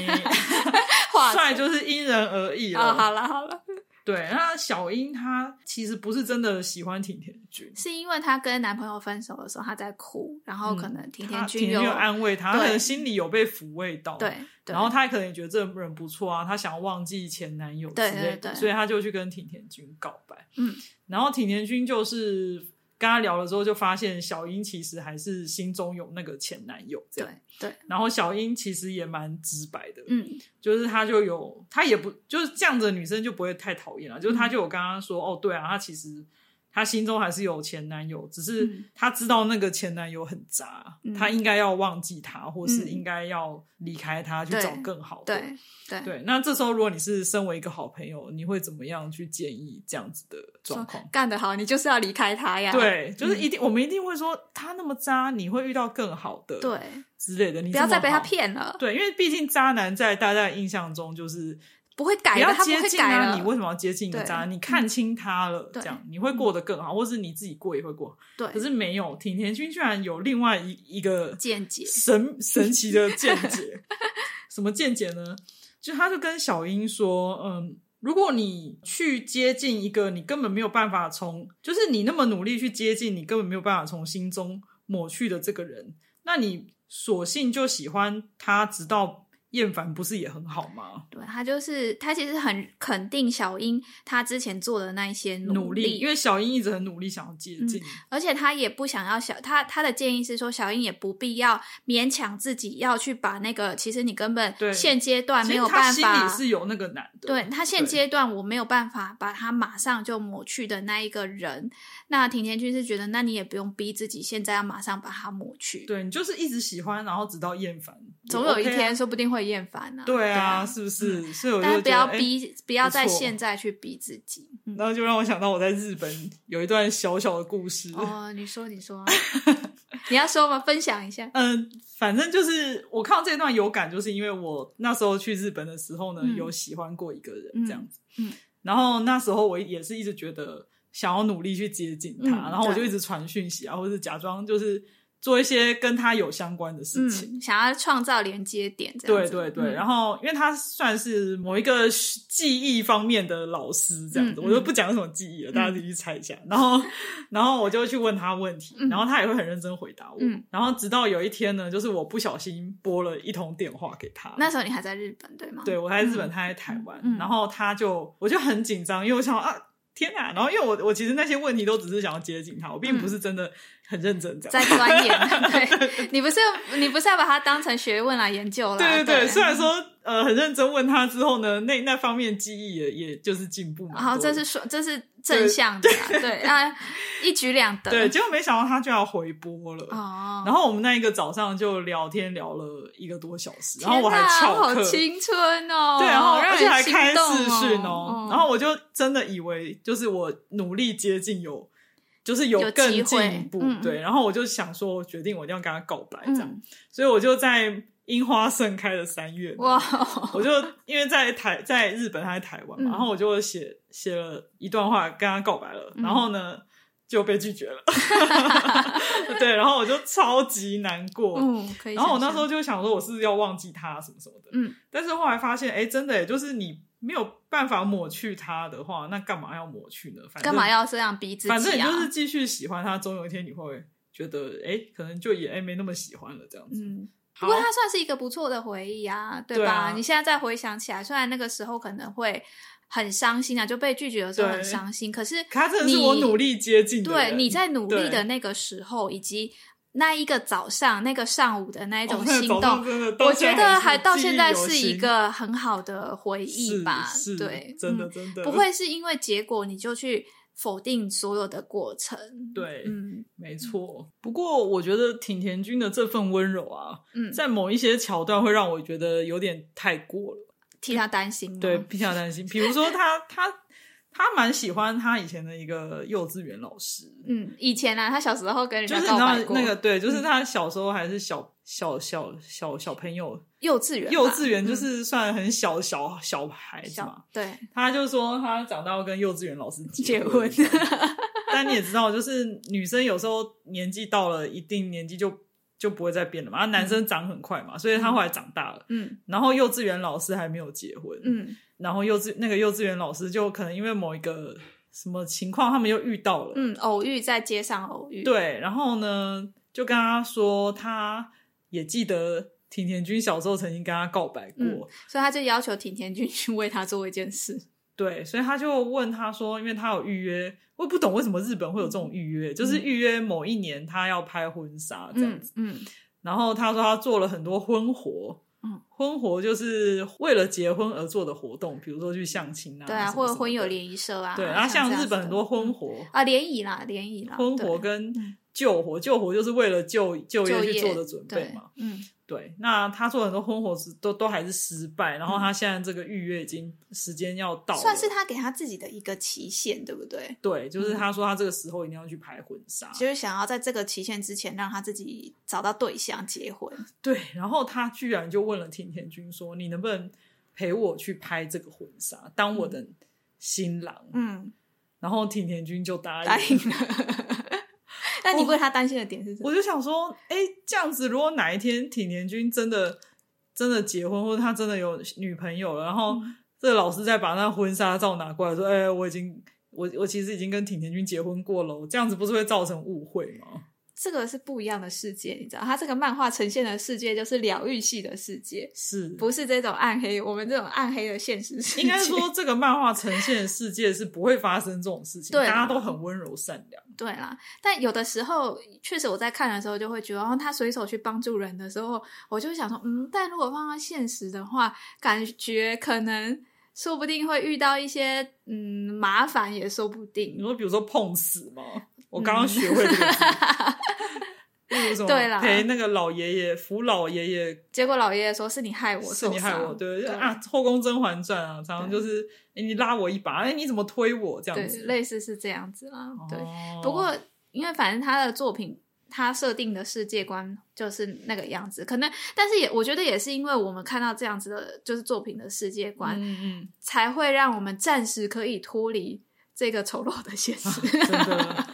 Speaker 2: *laughs* 话
Speaker 1: 帅就是因人而异了。
Speaker 2: 啊、好了好了，
Speaker 1: 对，那小英她其实不是真的喜欢挺田君，
Speaker 2: 是因为她跟男朋友分手的时候她在哭，然后可能挺
Speaker 1: 嗯她
Speaker 2: 田
Speaker 1: 挺
Speaker 2: 君
Speaker 1: 田
Speaker 2: 有
Speaker 1: 君安慰她，她
Speaker 2: 对
Speaker 1: 可能心里有被抚慰到。
Speaker 2: 对，，对
Speaker 1: 然后她可能也觉得这人不错啊，她想要忘记前男友之类
Speaker 2: 对
Speaker 1: 的，
Speaker 2: 对对
Speaker 1: 所以她就去跟挺田君告白。
Speaker 2: 嗯，
Speaker 1: 然后挺田君就是跟他聊了之后，就发现小英其实还是心中有那个前男友这
Speaker 2: 对
Speaker 1: 样。
Speaker 2: 对，
Speaker 1: 然后小英其实也蛮直白的，
Speaker 2: 嗯
Speaker 1: 就是她就有，她也不就是这样子的女生就不会太讨厌了，就是她
Speaker 2: 嗯
Speaker 1: 就有跟她说，哦，对啊，她其实她心中还是有前男友，只是
Speaker 2: 嗯
Speaker 1: 她知道那个前男友很渣，
Speaker 2: 嗯
Speaker 1: 她应该要忘记他，或是
Speaker 2: 嗯
Speaker 1: 应该要离开他去
Speaker 2: 对
Speaker 1: 找更好的。
Speaker 2: 对对
Speaker 1: 对，那这时候如果你是身为一个好朋友，你会怎么样去建议这样子的状况？
Speaker 2: 干得好，你就是要离开他呀，
Speaker 1: 对，就是
Speaker 2: 嗯
Speaker 1: 一定，我们一定会说他那么渣，你会遇到更好的，
Speaker 2: 对，
Speaker 1: 之类的，你
Speaker 2: 不要
Speaker 1: 这么
Speaker 2: 再被他
Speaker 1: 好
Speaker 2: 骗了，
Speaker 1: 对，因为毕竟渣男在大家的印象中就是
Speaker 2: 不会改
Speaker 1: 不
Speaker 2: 的，
Speaker 1: 要
Speaker 2: 他不
Speaker 1: 接
Speaker 2: 会
Speaker 1: 近
Speaker 2: 改
Speaker 1: 啊！
Speaker 2: 了。
Speaker 1: 你为什么要接近一个
Speaker 2: 对嗯
Speaker 1: 渣男？你看清他了，
Speaker 2: 对
Speaker 1: 这样你会过得更好，或是你自己过也会过好。
Speaker 2: 对，
Speaker 1: 可是没有，挺田君居然有另外一一个
Speaker 2: 见解
Speaker 1: 神神奇的见解。什么见解呢？就他就跟小英说，嗯，如果你去接近一个你根本没有办法从，就是你那么努力去接近你根本没有办法从心中抹去的这个人，那你索性就喜欢他，直到厌烦，不是也很好吗？
Speaker 2: 对他就是他其实很肯定小英他之前做的那一些
Speaker 1: 努
Speaker 2: 力，嗯
Speaker 1: 因为小英一直很努力想要接近，
Speaker 2: 而且他也不想要小他他的建议是说，小英也不必要勉强自己要去把那个，其实你根
Speaker 1: 对
Speaker 2: 本现阶段
Speaker 1: 其
Speaker 2: 啊没
Speaker 1: 实
Speaker 2: 有
Speaker 1: 他
Speaker 2: 办
Speaker 1: 心
Speaker 2: 法
Speaker 1: 里，是有那个男的，
Speaker 2: 对他现
Speaker 1: 对
Speaker 2: 阶段我没有办法把他马上就抹去的那一个人，那挺田君是觉得，那你也不用逼自己现在要马上把他抹去，
Speaker 1: 对你就是一直喜欢，然后直到厌烦，
Speaker 2: 总
Speaker 1: 也
Speaker 2: 有一
Speaker 1: OK 啊
Speaker 2: 天说不定会厌烦啊。
Speaker 1: 对
Speaker 2: 啊，
Speaker 1: 啊，是不是？所以我就
Speaker 2: 但是不
Speaker 1: 觉得
Speaker 2: 要
Speaker 1: 哎
Speaker 2: 逼，不要
Speaker 1: 不
Speaker 2: 在
Speaker 1: 错
Speaker 2: 现在去逼自己。嗯
Speaker 1: 然后就让我想到我在日本有一段小小的故事。
Speaker 2: 哦，你说，
Speaker 1: *laughs*
Speaker 2: 你说，你要说吗？分享一下。
Speaker 1: 嗯，反正就是我看到这段有感，就是因为我那时候去日本的时候呢，
Speaker 2: 嗯
Speaker 1: 有喜欢过一个人
Speaker 2: 嗯
Speaker 1: 这样子。
Speaker 2: 嗯
Speaker 1: 然后那时候我也是一直觉得想要努力去接近他，
Speaker 2: 嗯
Speaker 1: 然后我就
Speaker 2: 对
Speaker 1: 一直传讯息啊，或者是假装就是做一些跟他有相关的事情。
Speaker 2: 嗯，想要创造连接点，这样
Speaker 1: 对
Speaker 2: 子
Speaker 1: 对对，
Speaker 2: 嗯
Speaker 1: 然后因为他算是某一个技艺方面的老师这样子，
Speaker 2: 嗯嗯
Speaker 1: 我就不讲是什么技艺了，大家自己去猜一下。然
Speaker 2: *laughs*
Speaker 1: 后，然后我就去问他问题，
Speaker 2: 嗯
Speaker 1: 然后他也会很认真回答我。
Speaker 2: 嗯
Speaker 1: 然后直到有一天呢，就是我不小心拨了一通电话给他，
Speaker 2: 那时候你还在日本对吗？
Speaker 1: 对我在日本，他在台湾，
Speaker 2: 嗯
Speaker 1: 然后他就我就很紧张，因为我想啊。天哪！然后因为我我其实那些问题都只是想要接近他，我
Speaker 2: 嗯
Speaker 1: 并不是真的很认真这样。
Speaker 2: 在钻
Speaker 1: *laughs*
Speaker 2: 研。对，你不是你不是要把它当成学问来研究啦？
Speaker 1: 对对
Speaker 2: 啊对，
Speaker 1: 对，虽然说呃很认真问他之后呢，那那方面记忆也也就是进步嘛。
Speaker 2: 然后这是说这是正向的啦，对啊，一举两
Speaker 1: *laughs*
Speaker 2: 得。
Speaker 1: 对，结果没想到他就要回拨了。
Speaker 2: 哦，
Speaker 1: 然后我们那一个早上就聊天聊了一个多小时，然后
Speaker 2: 天
Speaker 1: 我还
Speaker 2: 哪
Speaker 1: 翘
Speaker 2: 好
Speaker 1: 课，
Speaker 2: 青春哦，
Speaker 1: 对，然后
Speaker 2: 让
Speaker 1: 而且
Speaker 2: 人
Speaker 1: 还
Speaker 2: 心
Speaker 1: 开
Speaker 2: 动
Speaker 1: 视讯
Speaker 2: 哦，
Speaker 1: 然后我就真的以为就是我努力接近有。就是有
Speaker 2: 有机
Speaker 1: 更
Speaker 2: 会
Speaker 1: 进一步，
Speaker 2: 嗯
Speaker 1: 对，然后我就想说，我决定我一定要跟他告白，这样，
Speaker 2: 嗯
Speaker 1: 所以我就在樱花盛开的三月呢，
Speaker 2: 哇，哦
Speaker 1: *laughs* 我就因为在台在日本，他在台湾嘛，
Speaker 2: 嗯
Speaker 1: 然后我就写写了一段话跟他告白了，
Speaker 2: 嗯
Speaker 1: 然后呢就被拒
Speaker 2: *laughs*
Speaker 1: 绝了，对，然后我就超级难过。
Speaker 2: 嗯，可以想象。
Speaker 1: 然后我那时候就想说，我是不是要忘记他什么什么的？
Speaker 2: 嗯，
Speaker 1: 但是后来发现，哎，真的耶，就是你没有办法抹去他的话，那干嘛要抹去呢？反正
Speaker 2: 干嘛？要这样逼自己啊？
Speaker 1: 反正你就是继续喜欢他，总有一天你会觉得，哎，可能就也哎没那么喜欢了这样子。
Speaker 2: 嗯，
Speaker 1: 好
Speaker 2: 不过它算是一个不错的回忆啊，对
Speaker 1: 对
Speaker 2: 吧？
Speaker 1: 啊
Speaker 2: 你现在再回想起来，虽然那个时候可能会很伤心啊，就被拒绝的时候
Speaker 1: 对
Speaker 2: 很伤心，可是
Speaker 1: 可他真的是我
Speaker 2: 你
Speaker 1: 努力接近的
Speaker 2: 对
Speaker 1: 人，
Speaker 2: 你在努力
Speaker 1: 对
Speaker 2: 的那个时候，以及那一个早上、那个上午的那一
Speaker 1: 哦
Speaker 2: 种
Speaker 1: 那
Speaker 2: 心
Speaker 1: 早上
Speaker 2: 动，
Speaker 1: 真的到
Speaker 2: 我
Speaker 1: 现
Speaker 2: 觉
Speaker 1: 在
Speaker 2: 得
Speaker 1: 是
Speaker 2: 还到
Speaker 1: 记忆
Speaker 2: 现在
Speaker 1: 犹
Speaker 2: 是
Speaker 1: 新
Speaker 2: 一个很好的
Speaker 1: *laughs*
Speaker 2: 回忆
Speaker 1: 是
Speaker 2: 吧
Speaker 1: 是，
Speaker 2: 对，
Speaker 1: 真的
Speaker 2: 嗯
Speaker 1: 真的
Speaker 2: 不会是因为结果你就去否定所有的过程，
Speaker 1: 对，
Speaker 2: 嗯
Speaker 1: 没错。不过我觉得挺田君的这份温柔啊，
Speaker 2: 嗯，
Speaker 1: 在某一些桥段会让我觉得有点太过了，
Speaker 2: 替他担心吗，
Speaker 1: 对，比较担心。比如说他他他蛮喜欢他以前的一个幼稚园老师，
Speaker 2: 嗯，以前啊，他小时候跟人
Speaker 1: 就
Speaker 2: 家
Speaker 1: 是你知
Speaker 2: 告
Speaker 1: 道
Speaker 2: 白过，
Speaker 1: 那个对，
Speaker 2: 嗯
Speaker 1: 就是他小时候还是小小小小小朋友，
Speaker 2: 幼稚园吧，
Speaker 1: 幼稚园就
Speaker 2: 嗯
Speaker 1: 是算很小小小孩子嘛
Speaker 2: 小。对，
Speaker 1: 他就说他长大要跟幼稚园老师
Speaker 2: 结
Speaker 1: 婚
Speaker 2: 婚，
Speaker 1: *laughs* 但你也知道，就是女生有时候年纪到了一定年纪就就不会再变了嘛，啊男生长很快嘛，所以他后来长大了，
Speaker 2: 嗯
Speaker 1: 然后幼稚园老师还没有结婚，
Speaker 2: 嗯
Speaker 1: 然后幼稚那个幼稚园老师就可能因为某一个什么情况，他们又遇到了，
Speaker 2: 嗯，偶遇在街上偶遇，，
Speaker 1: 对，然后呢就跟他说，他也记得挺田君小时候曾经跟他告白过，
Speaker 2: 嗯所以他就要求挺田君去为他做一件事，
Speaker 1: 对，所以他就问他说，因为他有预约，我也不懂为什么日本会有这
Speaker 2: 嗯
Speaker 1: 种预约，就是预约某一年他要拍婚纱这样
Speaker 2: 嗯
Speaker 1: 子。
Speaker 2: 嗯
Speaker 1: 然后他说他做了很多婚活，
Speaker 2: 嗯，
Speaker 1: 婚活就是为了结婚而做的活动，比如说去相亲啊，
Speaker 2: 对啊，
Speaker 1: 什么
Speaker 2: 或
Speaker 1: 什
Speaker 2: 者
Speaker 1: 么
Speaker 2: 婚友
Speaker 1: 的。
Speaker 2: 联谊社啊，
Speaker 1: 对，然后像
Speaker 2: 这样
Speaker 1: 日
Speaker 2: 子的
Speaker 1: 本很多婚活，
Speaker 2: 啊联谊啦，联谊啦，
Speaker 1: 婚活
Speaker 2: 对嗯
Speaker 1: 跟救活，救活就是为了就就
Speaker 2: 就
Speaker 1: 业去
Speaker 2: 业
Speaker 1: 做的准备
Speaker 2: 对
Speaker 1: 嘛。，
Speaker 2: 嗯
Speaker 1: 对，那他做很多婚活是都都还是失败，然后他现在这个预约已经时间要到了，
Speaker 2: 嗯算是他给他自己的一个期限，对不对？
Speaker 1: 对，
Speaker 2: 嗯
Speaker 1: 就是他说他这个时候一定要去拍婚纱，
Speaker 2: 就是想要在这个期限之前让他自己找到对象结婚，
Speaker 1: 对，然后他居然就问了挺田君说：“你能不能陪我去拍这个婚纱，当我的新郎。
Speaker 2: 嗯，
Speaker 1: 然后挺田君就答应
Speaker 2: 答应了。那你为他担心的点是什么？
Speaker 1: 我就想说，哎，这样子，如果哪一天挺田君真的真的结婚，或者他真的有女朋友了，然后
Speaker 2: 嗯
Speaker 1: 这个老师再把那婚纱照拿过来说，哎，我已经我我其实已经跟挺田君结婚过了，这样子不是会造成误会吗？
Speaker 2: 这个是不一样的世界，你知道，他这个漫画呈现的世界就是疗愈系的世界，
Speaker 1: 是，
Speaker 2: 不是这种暗黑，我们这种暗黑的现实世界。
Speaker 1: 应该说这个漫画呈现的世界是不会发生这种事情，
Speaker 2: 对
Speaker 1: 大
Speaker 2: 啊
Speaker 1: 家都很温柔善良。
Speaker 2: *laughs* 对啦，但有的时候确实我在看的时候就会觉得，哦，他随手去帮助人的时候，我就会想说，嗯，但如果放到现实的话，感觉可能说不定会遇到一些嗯麻烦，也说不
Speaker 1: 你
Speaker 2: 定。
Speaker 1: 说，比如说碰瓷吗？
Speaker 2: 嗯
Speaker 1: 我刚刚学会这个字。 *laughs* 例如什么
Speaker 2: 对啦
Speaker 1: 陪那个老爷爷扶老爷爷
Speaker 2: 结果老爷爷说是你害我受
Speaker 1: 是
Speaker 2: 伤，
Speaker 1: 你害我，对
Speaker 2: 对
Speaker 1: 啊，《后宫甄嬛传》啊，常常
Speaker 2: 对
Speaker 1: 就是哎、诶你拉我一把，哎、你怎么推我这
Speaker 2: 对
Speaker 1: 样子？
Speaker 2: 类似是这样子啦。对，
Speaker 1: 哦
Speaker 2: 不过因为反正他的作品。他设定的世界观就是那个样子，可能，但是也我觉得也是因为我们看到这样子的，就是作品的世界观，
Speaker 1: 嗯嗯
Speaker 2: 才会让我们暂时可以脱离这个丑陋的现实。
Speaker 1: 嗯，真的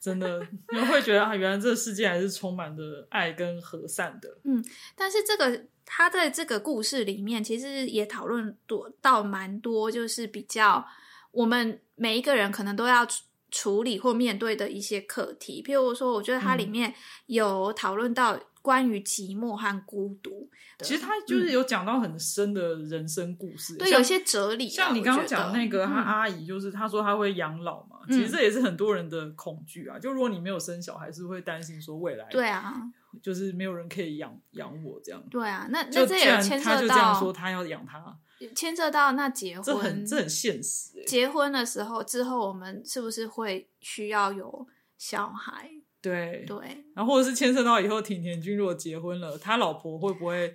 Speaker 1: 真的， *laughs* 你会觉得啊，原来这个世界还是充满着爱跟和善的。
Speaker 2: *laughs* 但是这个他在这个故事里面，其实也讨论多到蛮多，就是比较我们每一个人可能都要处处理或面对的一些课题。譬如说，我觉得它里
Speaker 1: 嗯
Speaker 2: 面有讨论到关于寂寞和孤独的，
Speaker 1: 其实他就是有讲到很深的人生故事，欸
Speaker 2: 对
Speaker 1: 像
Speaker 2: 有些哲理啊、
Speaker 1: 像你刚刚讲的那个啊
Speaker 2: 我觉
Speaker 1: 他
Speaker 2: 得
Speaker 1: 阿姨，就是她说她会养老嘛，
Speaker 2: 嗯
Speaker 1: 其实这也是很多人的恐惧啊。就如果你没有生小孩，是会担心说未来
Speaker 2: 嗯对啊，
Speaker 1: 就是没有人可以养养我这样。
Speaker 2: 对啊，那
Speaker 1: 就
Speaker 2: 那这
Speaker 1: 既
Speaker 2: 也
Speaker 1: 然
Speaker 2: 牵
Speaker 1: 他
Speaker 2: 涉
Speaker 1: 就这样
Speaker 2: 到
Speaker 1: 说，他要养他，
Speaker 2: 牵涉到那结婚，
Speaker 1: 这很这很现实、欸。
Speaker 2: 结婚的时候之后，我们是不是会需要有小孩？
Speaker 1: 对，
Speaker 2: 对，
Speaker 1: 然后或者是牵涉到以后，挺田君如果结婚了，他老婆会不会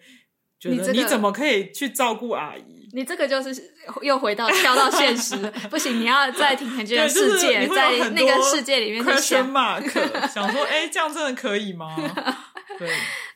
Speaker 1: 觉
Speaker 2: 你
Speaker 1: 得
Speaker 2: 这个
Speaker 1: 你怎么可以去照顾阿姨？
Speaker 2: 你这个就是又回到跳到现实
Speaker 1: *laughs*
Speaker 2: 了，不行，你要在挺田君的世
Speaker 1: 对就是你
Speaker 2: 界，
Speaker 1: 会有
Speaker 2: 在
Speaker 1: 很
Speaker 2: 那
Speaker 1: 多
Speaker 2: 个世界里面去
Speaker 1: question
Speaker 2: 想。
Speaker 1: mark 想说，哎、这样真的可以
Speaker 2: *laughs*
Speaker 1: 吗？对，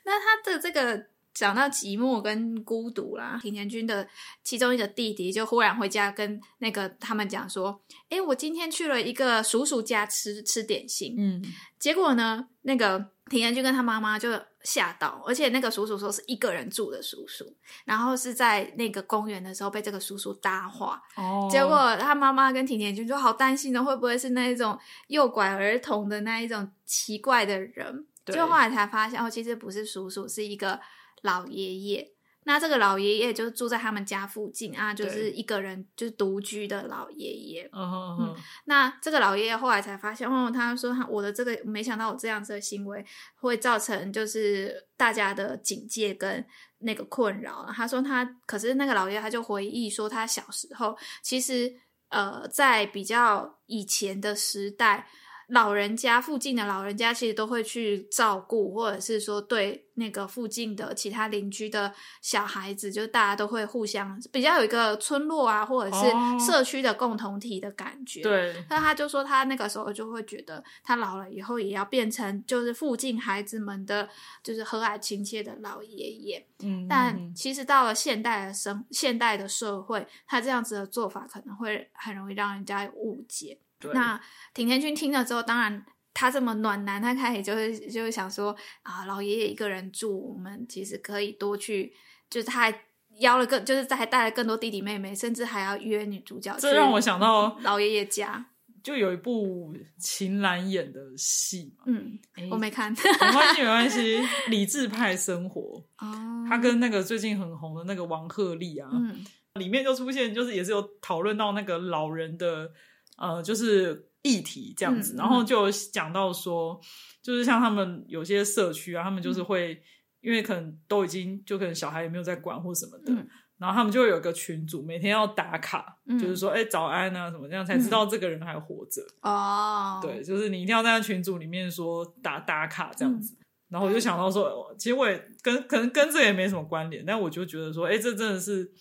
Speaker 2: 那他的这个讲到寂寞跟孤独啦，挺田君的其中一个弟弟就忽然回家跟那个他们讲说：“诶，我今天去了一个叔叔家吃吃点心。”
Speaker 1: 嗯，
Speaker 2: 结果呢，那个庭彦君跟他妈妈就吓到，而且那个叔叔说是一个人住的叔叔，然后是在那个公园的时候被这个叔叔搭话，
Speaker 1: 哦，
Speaker 2: 结果他妈妈跟庭彦君就好担心哦的，会不会是那一种诱拐儿童的那一种奇怪的人？
Speaker 1: 对
Speaker 2: 就后来才发现，哦，其实不是叔叔，是一个老爷爷。那这个老爷爷就住在他们家附近啊，就是
Speaker 1: 对
Speaker 2: 一个人就是独居的老爷爷。
Speaker 1: 嗯哼哼，
Speaker 2: 那这个老爷爷后来才发现，哦，他说他我的这个没想到我这样子的行为会造成就是大家的警戒跟那个困扰。他说他可是那个老爷爷他就回忆说，他小时候其实呃在比较以前的时代。老人家附近的老人家其实都会去照顾，或者是说对那个附近的其他邻居的小孩子，就是大家都会互相比较有一个村落啊，或者是
Speaker 1: 哦
Speaker 2: 社区的共同体的感觉。
Speaker 1: 对，
Speaker 2: 那他就说，他那个时候就会觉得，他老了以后也要变成就是附近孩子们的，就是和蔼亲切的老爷爷。
Speaker 1: 嗯，
Speaker 2: 但其实到了现代的生现代的社会，他这样子的做法可能会很容易让人家有误解。
Speaker 1: 对
Speaker 2: 那挺田君听了之后，当然他这么暖男，他开始就是就是想说啊，老爷爷一个人住，我们其实可以多去，就是他还邀了更，就是还带了更多弟弟妹妹，甚至还要约女主角去。
Speaker 1: 这让我想到，
Speaker 2: 老爷爷家，
Speaker 1: 就有一部秦岚演的戏嘛，
Speaker 2: 嗯，
Speaker 1: 诶
Speaker 2: 我没看。
Speaker 1: 没关系，没关系， *laughs* 理智派生活，
Speaker 2: *laughs* 哦
Speaker 1: 他跟那个最近很红的那个王鹤棣啊，
Speaker 2: 嗯
Speaker 1: 里面就出现，就是也是有讨论到那个老人的呃，就是议题这样子，
Speaker 2: 嗯
Speaker 1: 然后就有讲到说，就是像他们有些社区啊，他们
Speaker 2: 嗯
Speaker 1: 就是会，因为可能都已经就可能小孩也没有在管或什么的，
Speaker 2: 嗯
Speaker 1: 然后他们就会有一个群组，每天要打卡，
Speaker 2: 嗯
Speaker 1: 就是说哎、早安啊什么，这样才知道这个人还活着。
Speaker 2: 哦，
Speaker 1: 对，就是你一定要在那群组里面说打打卡这
Speaker 2: 嗯
Speaker 1: 样子。然后我就想到说，哦其实我也跟可能跟这也没什么关联，但我就觉得说，哎，这真的是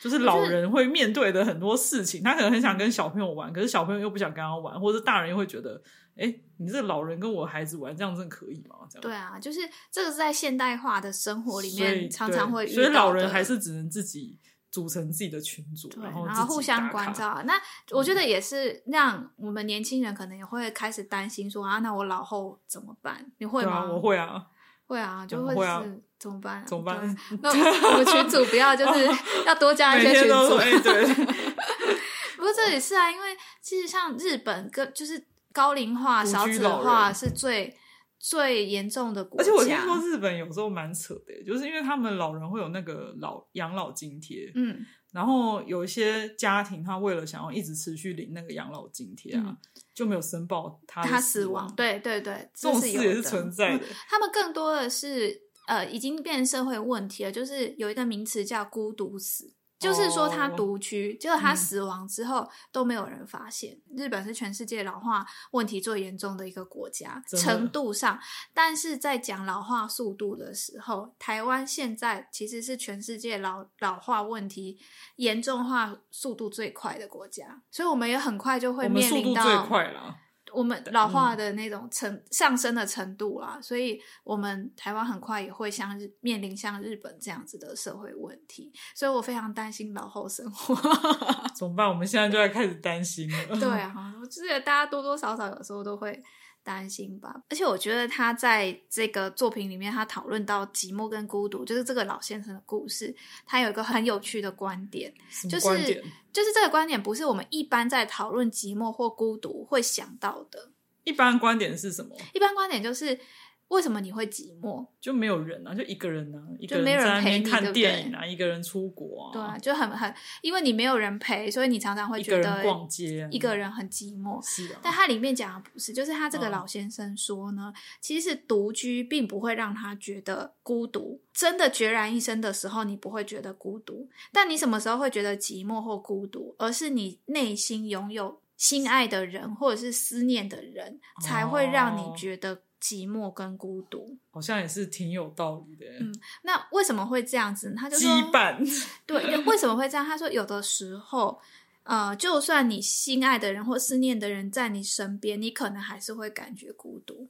Speaker 1: 就是老人会面对的很多事情。他可能很想跟小朋友玩，可是小朋友又不想跟他玩，或者是大人又会觉得，哎，你这老人跟我孩子玩，这样真的可以吗？这样
Speaker 2: 对啊，就是这个是在现代化的生活里
Speaker 1: 所以
Speaker 2: 面常常
Speaker 1: 对
Speaker 2: 会遇到
Speaker 1: 所以
Speaker 2: 的
Speaker 1: 老人还是只能自己组成自己的群组，
Speaker 2: 对，
Speaker 1: 然
Speaker 2: 然
Speaker 1: 后自
Speaker 2: 后
Speaker 1: 己
Speaker 2: 互相
Speaker 1: 打
Speaker 2: 关
Speaker 1: 卡嗯
Speaker 2: 照。啊。那我觉得也是让我们年轻人可能也会开始担心说啊，那我老后怎么办？你会
Speaker 1: 对
Speaker 2: 吗？
Speaker 1: 啊，我会啊，
Speaker 2: 会啊，就
Speaker 1: 嗯
Speaker 2: 会是、
Speaker 1: 会啊
Speaker 2: 怎么办、啊？
Speaker 1: 怎么办
Speaker 2: 对？那我们群主不要就是
Speaker 1: *laughs*
Speaker 2: 要多加一
Speaker 1: 每
Speaker 2: 些群
Speaker 1: 天都
Speaker 2: *laughs* 主
Speaker 1: 说，哎、对，
Speaker 2: 不过这也是啊，因为其实像日本跟就是高龄化、
Speaker 1: 独居
Speaker 2: 少子
Speaker 1: 老
Speaker 2: 化
Speaker 1: 人
Speaker 2: 是最最严重的国
Speaker 1: 而
Speaker 2: 家。
Speaker 1: 且我听说日本有时候蛮扯的，就是因为他们老人会有那个老养老津贴，
Speaker 2: 嗯，
Speaker 1: 然后有一些家庭他为了想要一直持续领那个养老津贴啊，
Speaker 2: 嗯
Speaker 1: 就没有申报他的
Speaker 2: 他
Speaker 1: 啊死
Speaker 2: 死亡，对对对，
Speaker 1: 这种
Speaker 2: 是
Speaker 1: 事
Speaker 2: 有
Speaker 1: 也是
Speaker 2: 的
Speaker 1: 存在
Speaker 2: 嗯
Speaker 1: 的。
Speaker 2: 他们更多的是呃，已经变成社会问题了，就是有一个名词叫孤独死。就是说他
Speaker 1: 哦
Speaker 2: 独居，就是他
Speaker 1: 嗯
Speaker 2: 死亡之后都没有人发现。日本是全世界老化问题最严重的一个国家，
Speaker 1: 真的
Speaker 2: 程度上，但是在讲老化速度的时候，台湾现在其实是全世界老老化问题严重化速度最快的国家，所以我们也很快就会
Speaker 1: 我们
Speaker 2: 面
Speaker 1: 速
Speaker 2: 临
Speaker 1: 度
Speaker 2: 到
Speaker 1: 最快啦，
Speaker 2: 我们老化的那种程、上升的程度啦，所以我们台湾很快也会像日面临像日本这样子的社会问题，所以我非常担心老后生活。 *laughs*
Speaker 1: 怎么办？我们现在就在开始担心了。
Speaker 2: 对啊，我记得大家多多少少有时候都会担心吧。而且我觉得他在这个作品里面，他讨论到寂寞跟孤独，就是这个老先生的故事，他有一个很有趣的观点，
Speaker 1: 什么
Speaker 2: 就是
Speaker 1: 观点
Speaker 2: 就是这个观点不是我们一般在讨论寂寞或孤独会想到的。
Speaker 1: 一般观点是什么？
Speaker 2: 一般观点就是为什么你会寂寞？
Speaker 1: 就没有人啊，就一个人啊，一个
Speaker 2: 没有人
Speaker 1: 在那
Speaker 2: 陪
Speaker 1: 边
Speaker 2: 你对
Speaker 1: 看
Speaker 2: 不
Speaker 1: 电影啊，一个人出国
Speaker 2: 对啊，
Speaker 1: 啊，
Speaker 2: 就很很，因为你没有人陪，所以你常常会
Speaker 1: 一
Speaker 2: 觉
Speaker 1: 个
Speaker 2: 得
Speaker 1: 人逛街啊，
Speaker 2: 一个人很寂寞。
Speaker 1: 是啊，
Speaker 2: 但它里面讲的不是，就是他这个
Speaker 1: 嗯
Speaker 2: 老先生说呢，其实独居并不会让他觉得孤独，真的孑然一身的时候，你不会觉得孤独。但你什么时候会觉得寂寞或孤独？而是你内心拥有心爱的人或者是思念的人，才会让你
Speaker 1: 哦
Speaker 2: 觉得寂寞跟孤独。
Speaker 1: 好像也是挺有道理的欸。
Speaker 2: 嗯那为什么会这样子呢？他就
Speaker 1: 羁
Speaker 2: 说，嗯
Speaker 1: 绊，
Speaker 2: 对，就为什么会这样？他说，有的时候，呃，就算你心爱的人或思念的人在你身边，你可能还是会感觉孤独，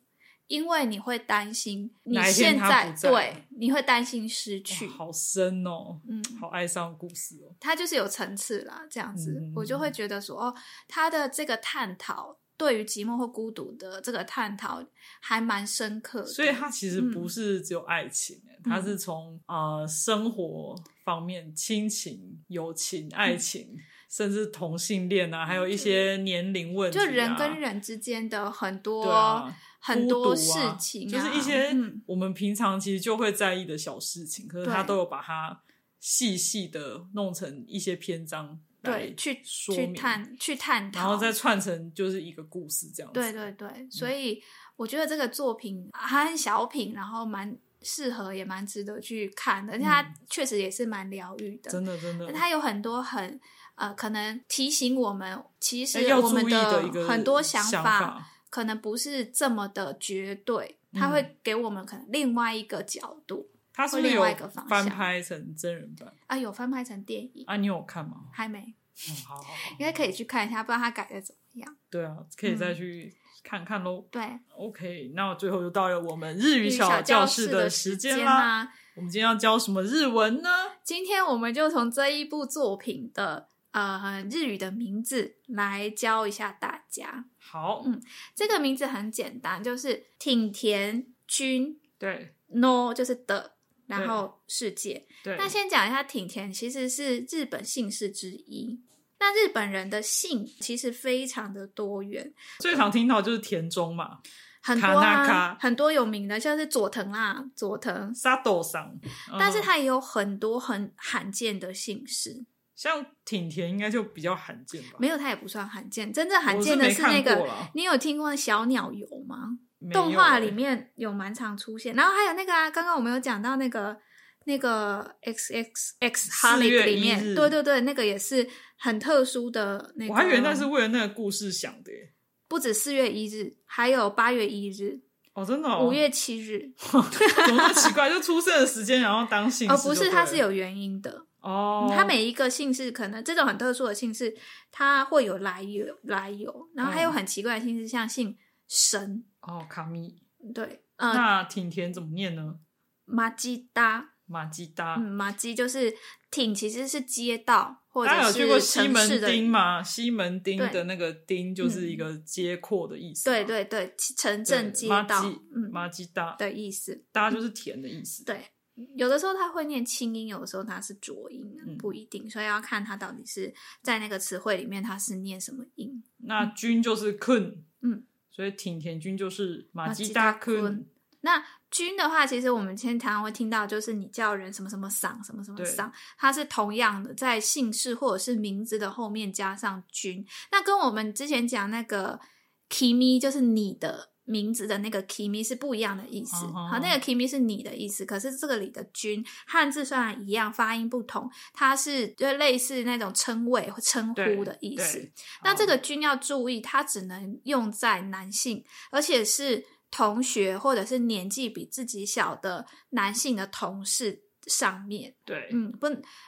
Speaker 2: 因为你会担心你
Speaker 1: 哪一天
Speaker 2: 现
Speaker 1: 他
Speaker 2: 在
Speaker 1: 不在
Speaker 2: 对，你会担心失去
Speaker 1: 哇。好深哦，
Speaker 2: 嗯，
Speaker 1: 好哀伤的故事哦。
Speaker 2: 他就是有层次啦，这样子，
Speaker 1: 嗯
Speaker 2: 我就会觉得说，哦，他的这个探讨对于寂寞或孤独的这个探讨还蛮深刻的，
Speaker 1: 所以它其实
Speaker 2: 嗯
Speaker 1: 不是只有爱情欸，它是从啊生活方面、亲情、友情、爱情，
Speaker 2: 嗯
Speaker 1: 甚至同性恋啊，还有一些年龄问题
Speaker 2: 就
Speaker 1: 啊，
Speaker 2: 人跟人之间的很多、
Speaker 1: 对啊。
Speaker 2: 很
Speaker 1: 孤
Speaker 2: 多
Speaker 1: 独
Speaker 2: 事
Speaker 1: 啊
Speaker 2: 情、
Speaker 1: 就是一些
Speaker 2: 嗯
Speaker 1: 我们平常其实就会在意的小事情，可是他
Speaker 2: 对
Speaker 1: 都有把它细细的弄成一些篇章来
Speaker 2: 对，去
Speaker 1: 说
Speaker 2: 去
Speaker 1: 明
Speaker 2: 探去探讨，
Speaker 1: 然后再嗯串成就是一个故事这样子。
Speaker 2: 对对对，所以我觉得这个作品啊它很小品，然后蛮适合，也蛮值得去看的，而且它
Speaker 1: 嗯
Speaker 2: 确实也是蛮疗愈的。
Speaker 1: 真的真的
Speaker 2: 但，它有很多很呃，可能提醒我们，其
Speaker 1: 哎
Speaker 2: 实
Speaker 1: 要
Speaker 2: 我
Speaker 1: 注
Speaker 2: 们
Speaker 1: 意一个
Speaker 2: 很多
Speaker 1: 想
Speaker 2: 法可能不是这么的绝对，它
Speaker 1: 嗯
Speaker 2: 会给我们可能另外一个角度
Speaker 1: 他是不是
Speaker 2: 另
Speaker 1: 有
Speaker 2: 外一个方向
Speaker 1: 翻拍成真人版
Speaker 2: 啊。有翻拍成电影，
Speaker 1: 啊？你有看吗？
Speaker 2: 还没，
Speaker 1: 嗯，好好好，
Speaker 2: 应该可以去看一下，不知道它改的怎么样。
Speaker 1: 对啊，可以
Speaker 2: 嗯
Speaker 1: 再去看看喽。
Speaker 2: 对，
Speaker 1: OK，那最后又到了我们日语小
Speaker 2: 教
Speaker 1: 室
Speaker 2: 的
Speaker 1: 时
Speaker 2: 间啊
Speaker 1: 啦。
Speaker 2: 啦。
Speaker 1: 我们今天要教什么日文呢？
Speaker 2: 今天我们就从这一部作品的呃日语的名字来教一下大家。
Speaker 1: 好，
Speaker 2: 嗯这个名字很简单，就是挺田君
Speaker 1: 对
Speaker 2: no 就是的，然
Speaker 1: 对
Speaker 2: 后世界。
Speaker 1: 对，
Speaker 2: 那先讲一下挺田，其实是日本姓氏之一。那日本人的姓其实非常的多元，
Speaker 1: 最常听到就是田中嘛，
Speaker 2: 很多
Speaker 1: 卡纳
Speaker 2: 啊
Speaker 1: 卡，
Speaker 2: 很多有名的，像是佐藤啊，佐藤，
Speaker 1: 沙斗桑，嗯
Speaker 2: 但是它也有很多很罕见的姓氏。
Speaker 1: 像挺田应该就比较罕见吧？
Speaker 2: 没有，它也不算罕见。真正罕
Speaker 1: 我
Speaker 2: 见
Speaker 1: 是
Speaker 2: 的
Speaker 1: 没
Speaker 2: 是
Speaker 1: 看
Speaker 2: 那
Speaker 1: 过
Speaker 2: 个，
Speaker 1: 啦
Speaker 2: 你有听过小鸟游吗？
Speaker 1: 没有
Speaker 2: 动画
Speaker 1: 欸
Speaker 2: 里面有蛮常出现，然后还有那个啊，刚刚我们有讲到那个那个 X X X 哈
Speaker 1: 四
Speaker 2: 利
Speaker 1: 月
Speaker 2: 里
Speaker 1: 一
Speaker 2: 面，
Speaker 1: 日
Speaker 2: 对对对，那个也是很特殊的那个。
Speaker 1: 我还以为那是为了那个故事想的欸耶。
Speaker 2: 不止四月一日，还有八月一日、
Speaker 1: 哦，真的、
Speaker 2: 五、
Speaker 1: 哦，
Speaker 2: 月七日，
Speaker 1: *laughs* 怎么那么奇怪？就出生的时间，然后当姓氏
Speaker 2: 哦，
Speaker 1: 就
Speaker 2: 不
Speaker 1: 对
Speaker 2: 是，
Speaker 1: 了
Speaker 2: 它是有原因的。
Speaker 1: 哦，
Speaker 2: 它每一个姓氏可能这种很特殊的姓氏，它会有来由来由，然后还有
Speaker 1: 嗯
Speaker 2: 很奇怪的姓氏，像姓神，
Speaker 1: 哦卡米，
Speaker 2: 对，呃，
Speaker 1: 那挺田怎么念呢？
Speaker 2: 马吉达
Speaker 1: 马吉达。
Speaker 2: 嗯，马基就是町，其实是街道或
Speaker 1: 大家
Speaker 2: 者
Speaker 1: 有去过
Speaker 2: 是
Speaker 1: 西
Speaker 2: 城市
Speaker 1: 门
Speaker 2: 的，
Speaker 1: 町吗？西门町
Speaker 2: 对
Speaker 1: 的那个町就是一个街廓的意思嘛。
Speaker 2: 对对对，其城镇街
Speaker 1: 马
Speaker 2: 道
Speaker 1: 吉，
Speaker 2: 嗯
Speaker 1: 马吉达，
Speaker 2: 的意思。
Speaker 1: 大家就是甜的意思。
Speaker 2: 对，有的时候它会念清音，有的时候它是浊音，
Speaker 1: 嗯
Speaker 2: 不一定，所以要看它到底是在那个词汇里面它是念什么音。
Speaker 1: 那君就是坤，
Speaker 2: 嗯，
Speaker 1: 所以挺田君就是马吉
Speaker 2: 马
Speaker 1: 达
Speaker 2: 吉达
Speaker 1: 坤
Speaker 2: 坤，那君的话，其实我们现在常常会听到，就是你叫人什么什么桑，什么什么
Speaker 1: 对
Speaker 2: 桑，它是同样的，在姓氏或者是名字的后面加上君。那跟我们之前讲那个 kimi 就是你的名字的那个 kimi 是不一样的意思。
Speaker 1: 哦
Speaker 2: 好，那个 kimi 是你的意思，可是这个里的君汉字虽然一样，发音不同，它是就类似那种称谓或称呼
Speaker 1: 对
Speaker 2: 的意思。
Speaker 1: 对
Speaker 2: 那这
Speaker 1: 哦
Speaker 2: 个君要注意，它只能用在男性，而且是同学或者是年纪比自己小的男性的同事上面。
Speaker 1: 对
Speaker 2: 嗯，不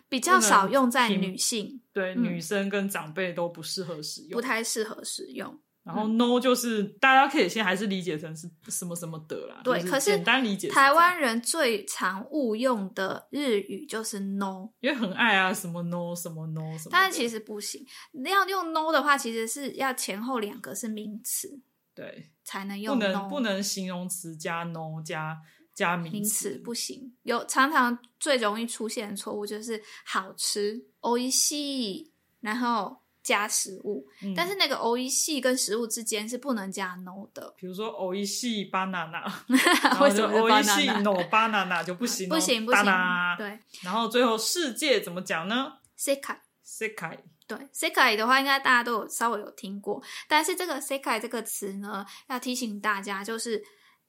Speaker 2: 比较
Speaker 1: 不能
Speaker 2: 少用在
Speaker 1: 平
Speaker 2: 女性，
Speaker 1: 对，
Speaker 2: 嗯
Speaker 1: 女生跟长辈都不适合使
Speaker 2: 不
Speaker 1: 用。
Speaker 2: 太适合使用。
Speaker 1: 然后 no
Speaker 2: 嗯
Speaker 1: 就是大家可以先还是理解成是什么什么的啦，
Speaker 2: 对
Speaker 1: 啊就
Speaker 2: 可是
Speaker 1: 简单理解是这样。
Speaker 2: 台湾人最常误用的日语就是 “no”，
Speaker 1: 因为很爱啊，什么 no 什么 no 什么的，
Speaker 2: 但是其实不行。要用 “no” 的话，其实是要前后两个是名词
Speaker 1: 对
Speaker 2: 才能
Speaker 1: 不
Speaker 2: 用 “no”，
Speaker 1: 能不能形容词加 no 加加
Speaker 2: 名
Speaker 1: 名
Speaker 2: 词不行，有常常最容易出现的错误就是好吃、o i s i 然后加食物，
Speaker 1: 嗯
Speaker 2: 但是那个 o i s i 跟食物之间是不能加 no 的，
Speaker 1: 比如说偶一系
Speaker 2: *laughs*
Speaker 1: banana，然后
Speaker 2: 为什
Speaker 1: 就
Speaker 2: 么是
Speaker 1: 偶一系
Speaker 2: banana？
Speaker 1: no banana 就不行、哦，
Speaker 2: 不行不
Speaker 1: b a
Speaker 2: 行
Speaker 1: n a，n a
Speaker 2: 对
Speaker 1: 然后最后世界怎么讲呢
Speaker 2: s e k a i
Speaker 1: s e k a i
Speaker 2: 对 s e k a i 的话，应该大家都有稍微有听过，但是这个 s e k a i 这个词呢，要提醒大家就是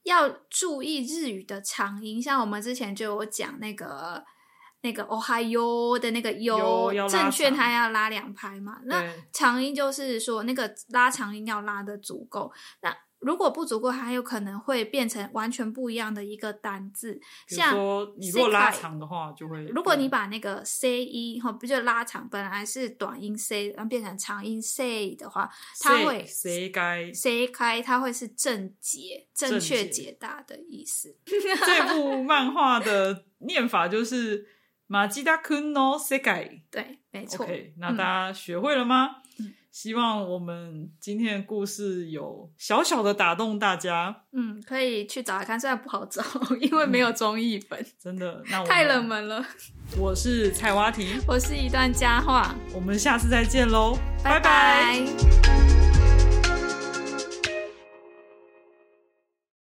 Speaker 2: 要注意日语的长音，像我们之前就有讲那个。那个 ohio 的那个
Speaker 1: yo，要
Speaker 2: yo，
Speaker 1: 拉
Speaker 2: 正确
Speaker 1: 长
Speaker 2: 它要拉两拍嘛。那
Speaker 1: 对，
Speaker 2: 长音就是说那个拉长音要拉的足够，那如果不足够，还有可能会变成完全不一样的一个单字。
Speaker 1: 比如
Speaker 2: 像
Speaker 1: 说你如果拉
Speaker 2: Sekai
Speaker 1: 长的话，就会
Speaker 2: 如果你把那个 c 一哈，不就拉长，本来是短音 c，然后变成长音 c 的话，它会
Speaker 1: 谁该
Speaker 2: c 开，它会是正解、正确
Speaker 1: 正解
Speaker 2: 解答的意思。
Speaker 1: *laughs* 这部漫画的念法就是马吉达坤 no s e k a i
Speaker 2: 对，没错。
Speaker 1: OK，那大家学会了吗？
Speaker 2: 嗯
Speaker 1: 希望我们今天的故事有小小的打动大家，
Speaker 2: 嗯，可以去找来看，虽然不好找，因
Speaker 1: 嗯
Speaker 2: 为没有中译本，
Speaker 1: 真的。那我们
Speaker 2: 太冷。门了。
Speaker 1: 我是菜蛙提，
Speaker 2: 我是一段佳话，
Speaker 1: 我们下次再见喽，拜
Speaker 2: 拜拜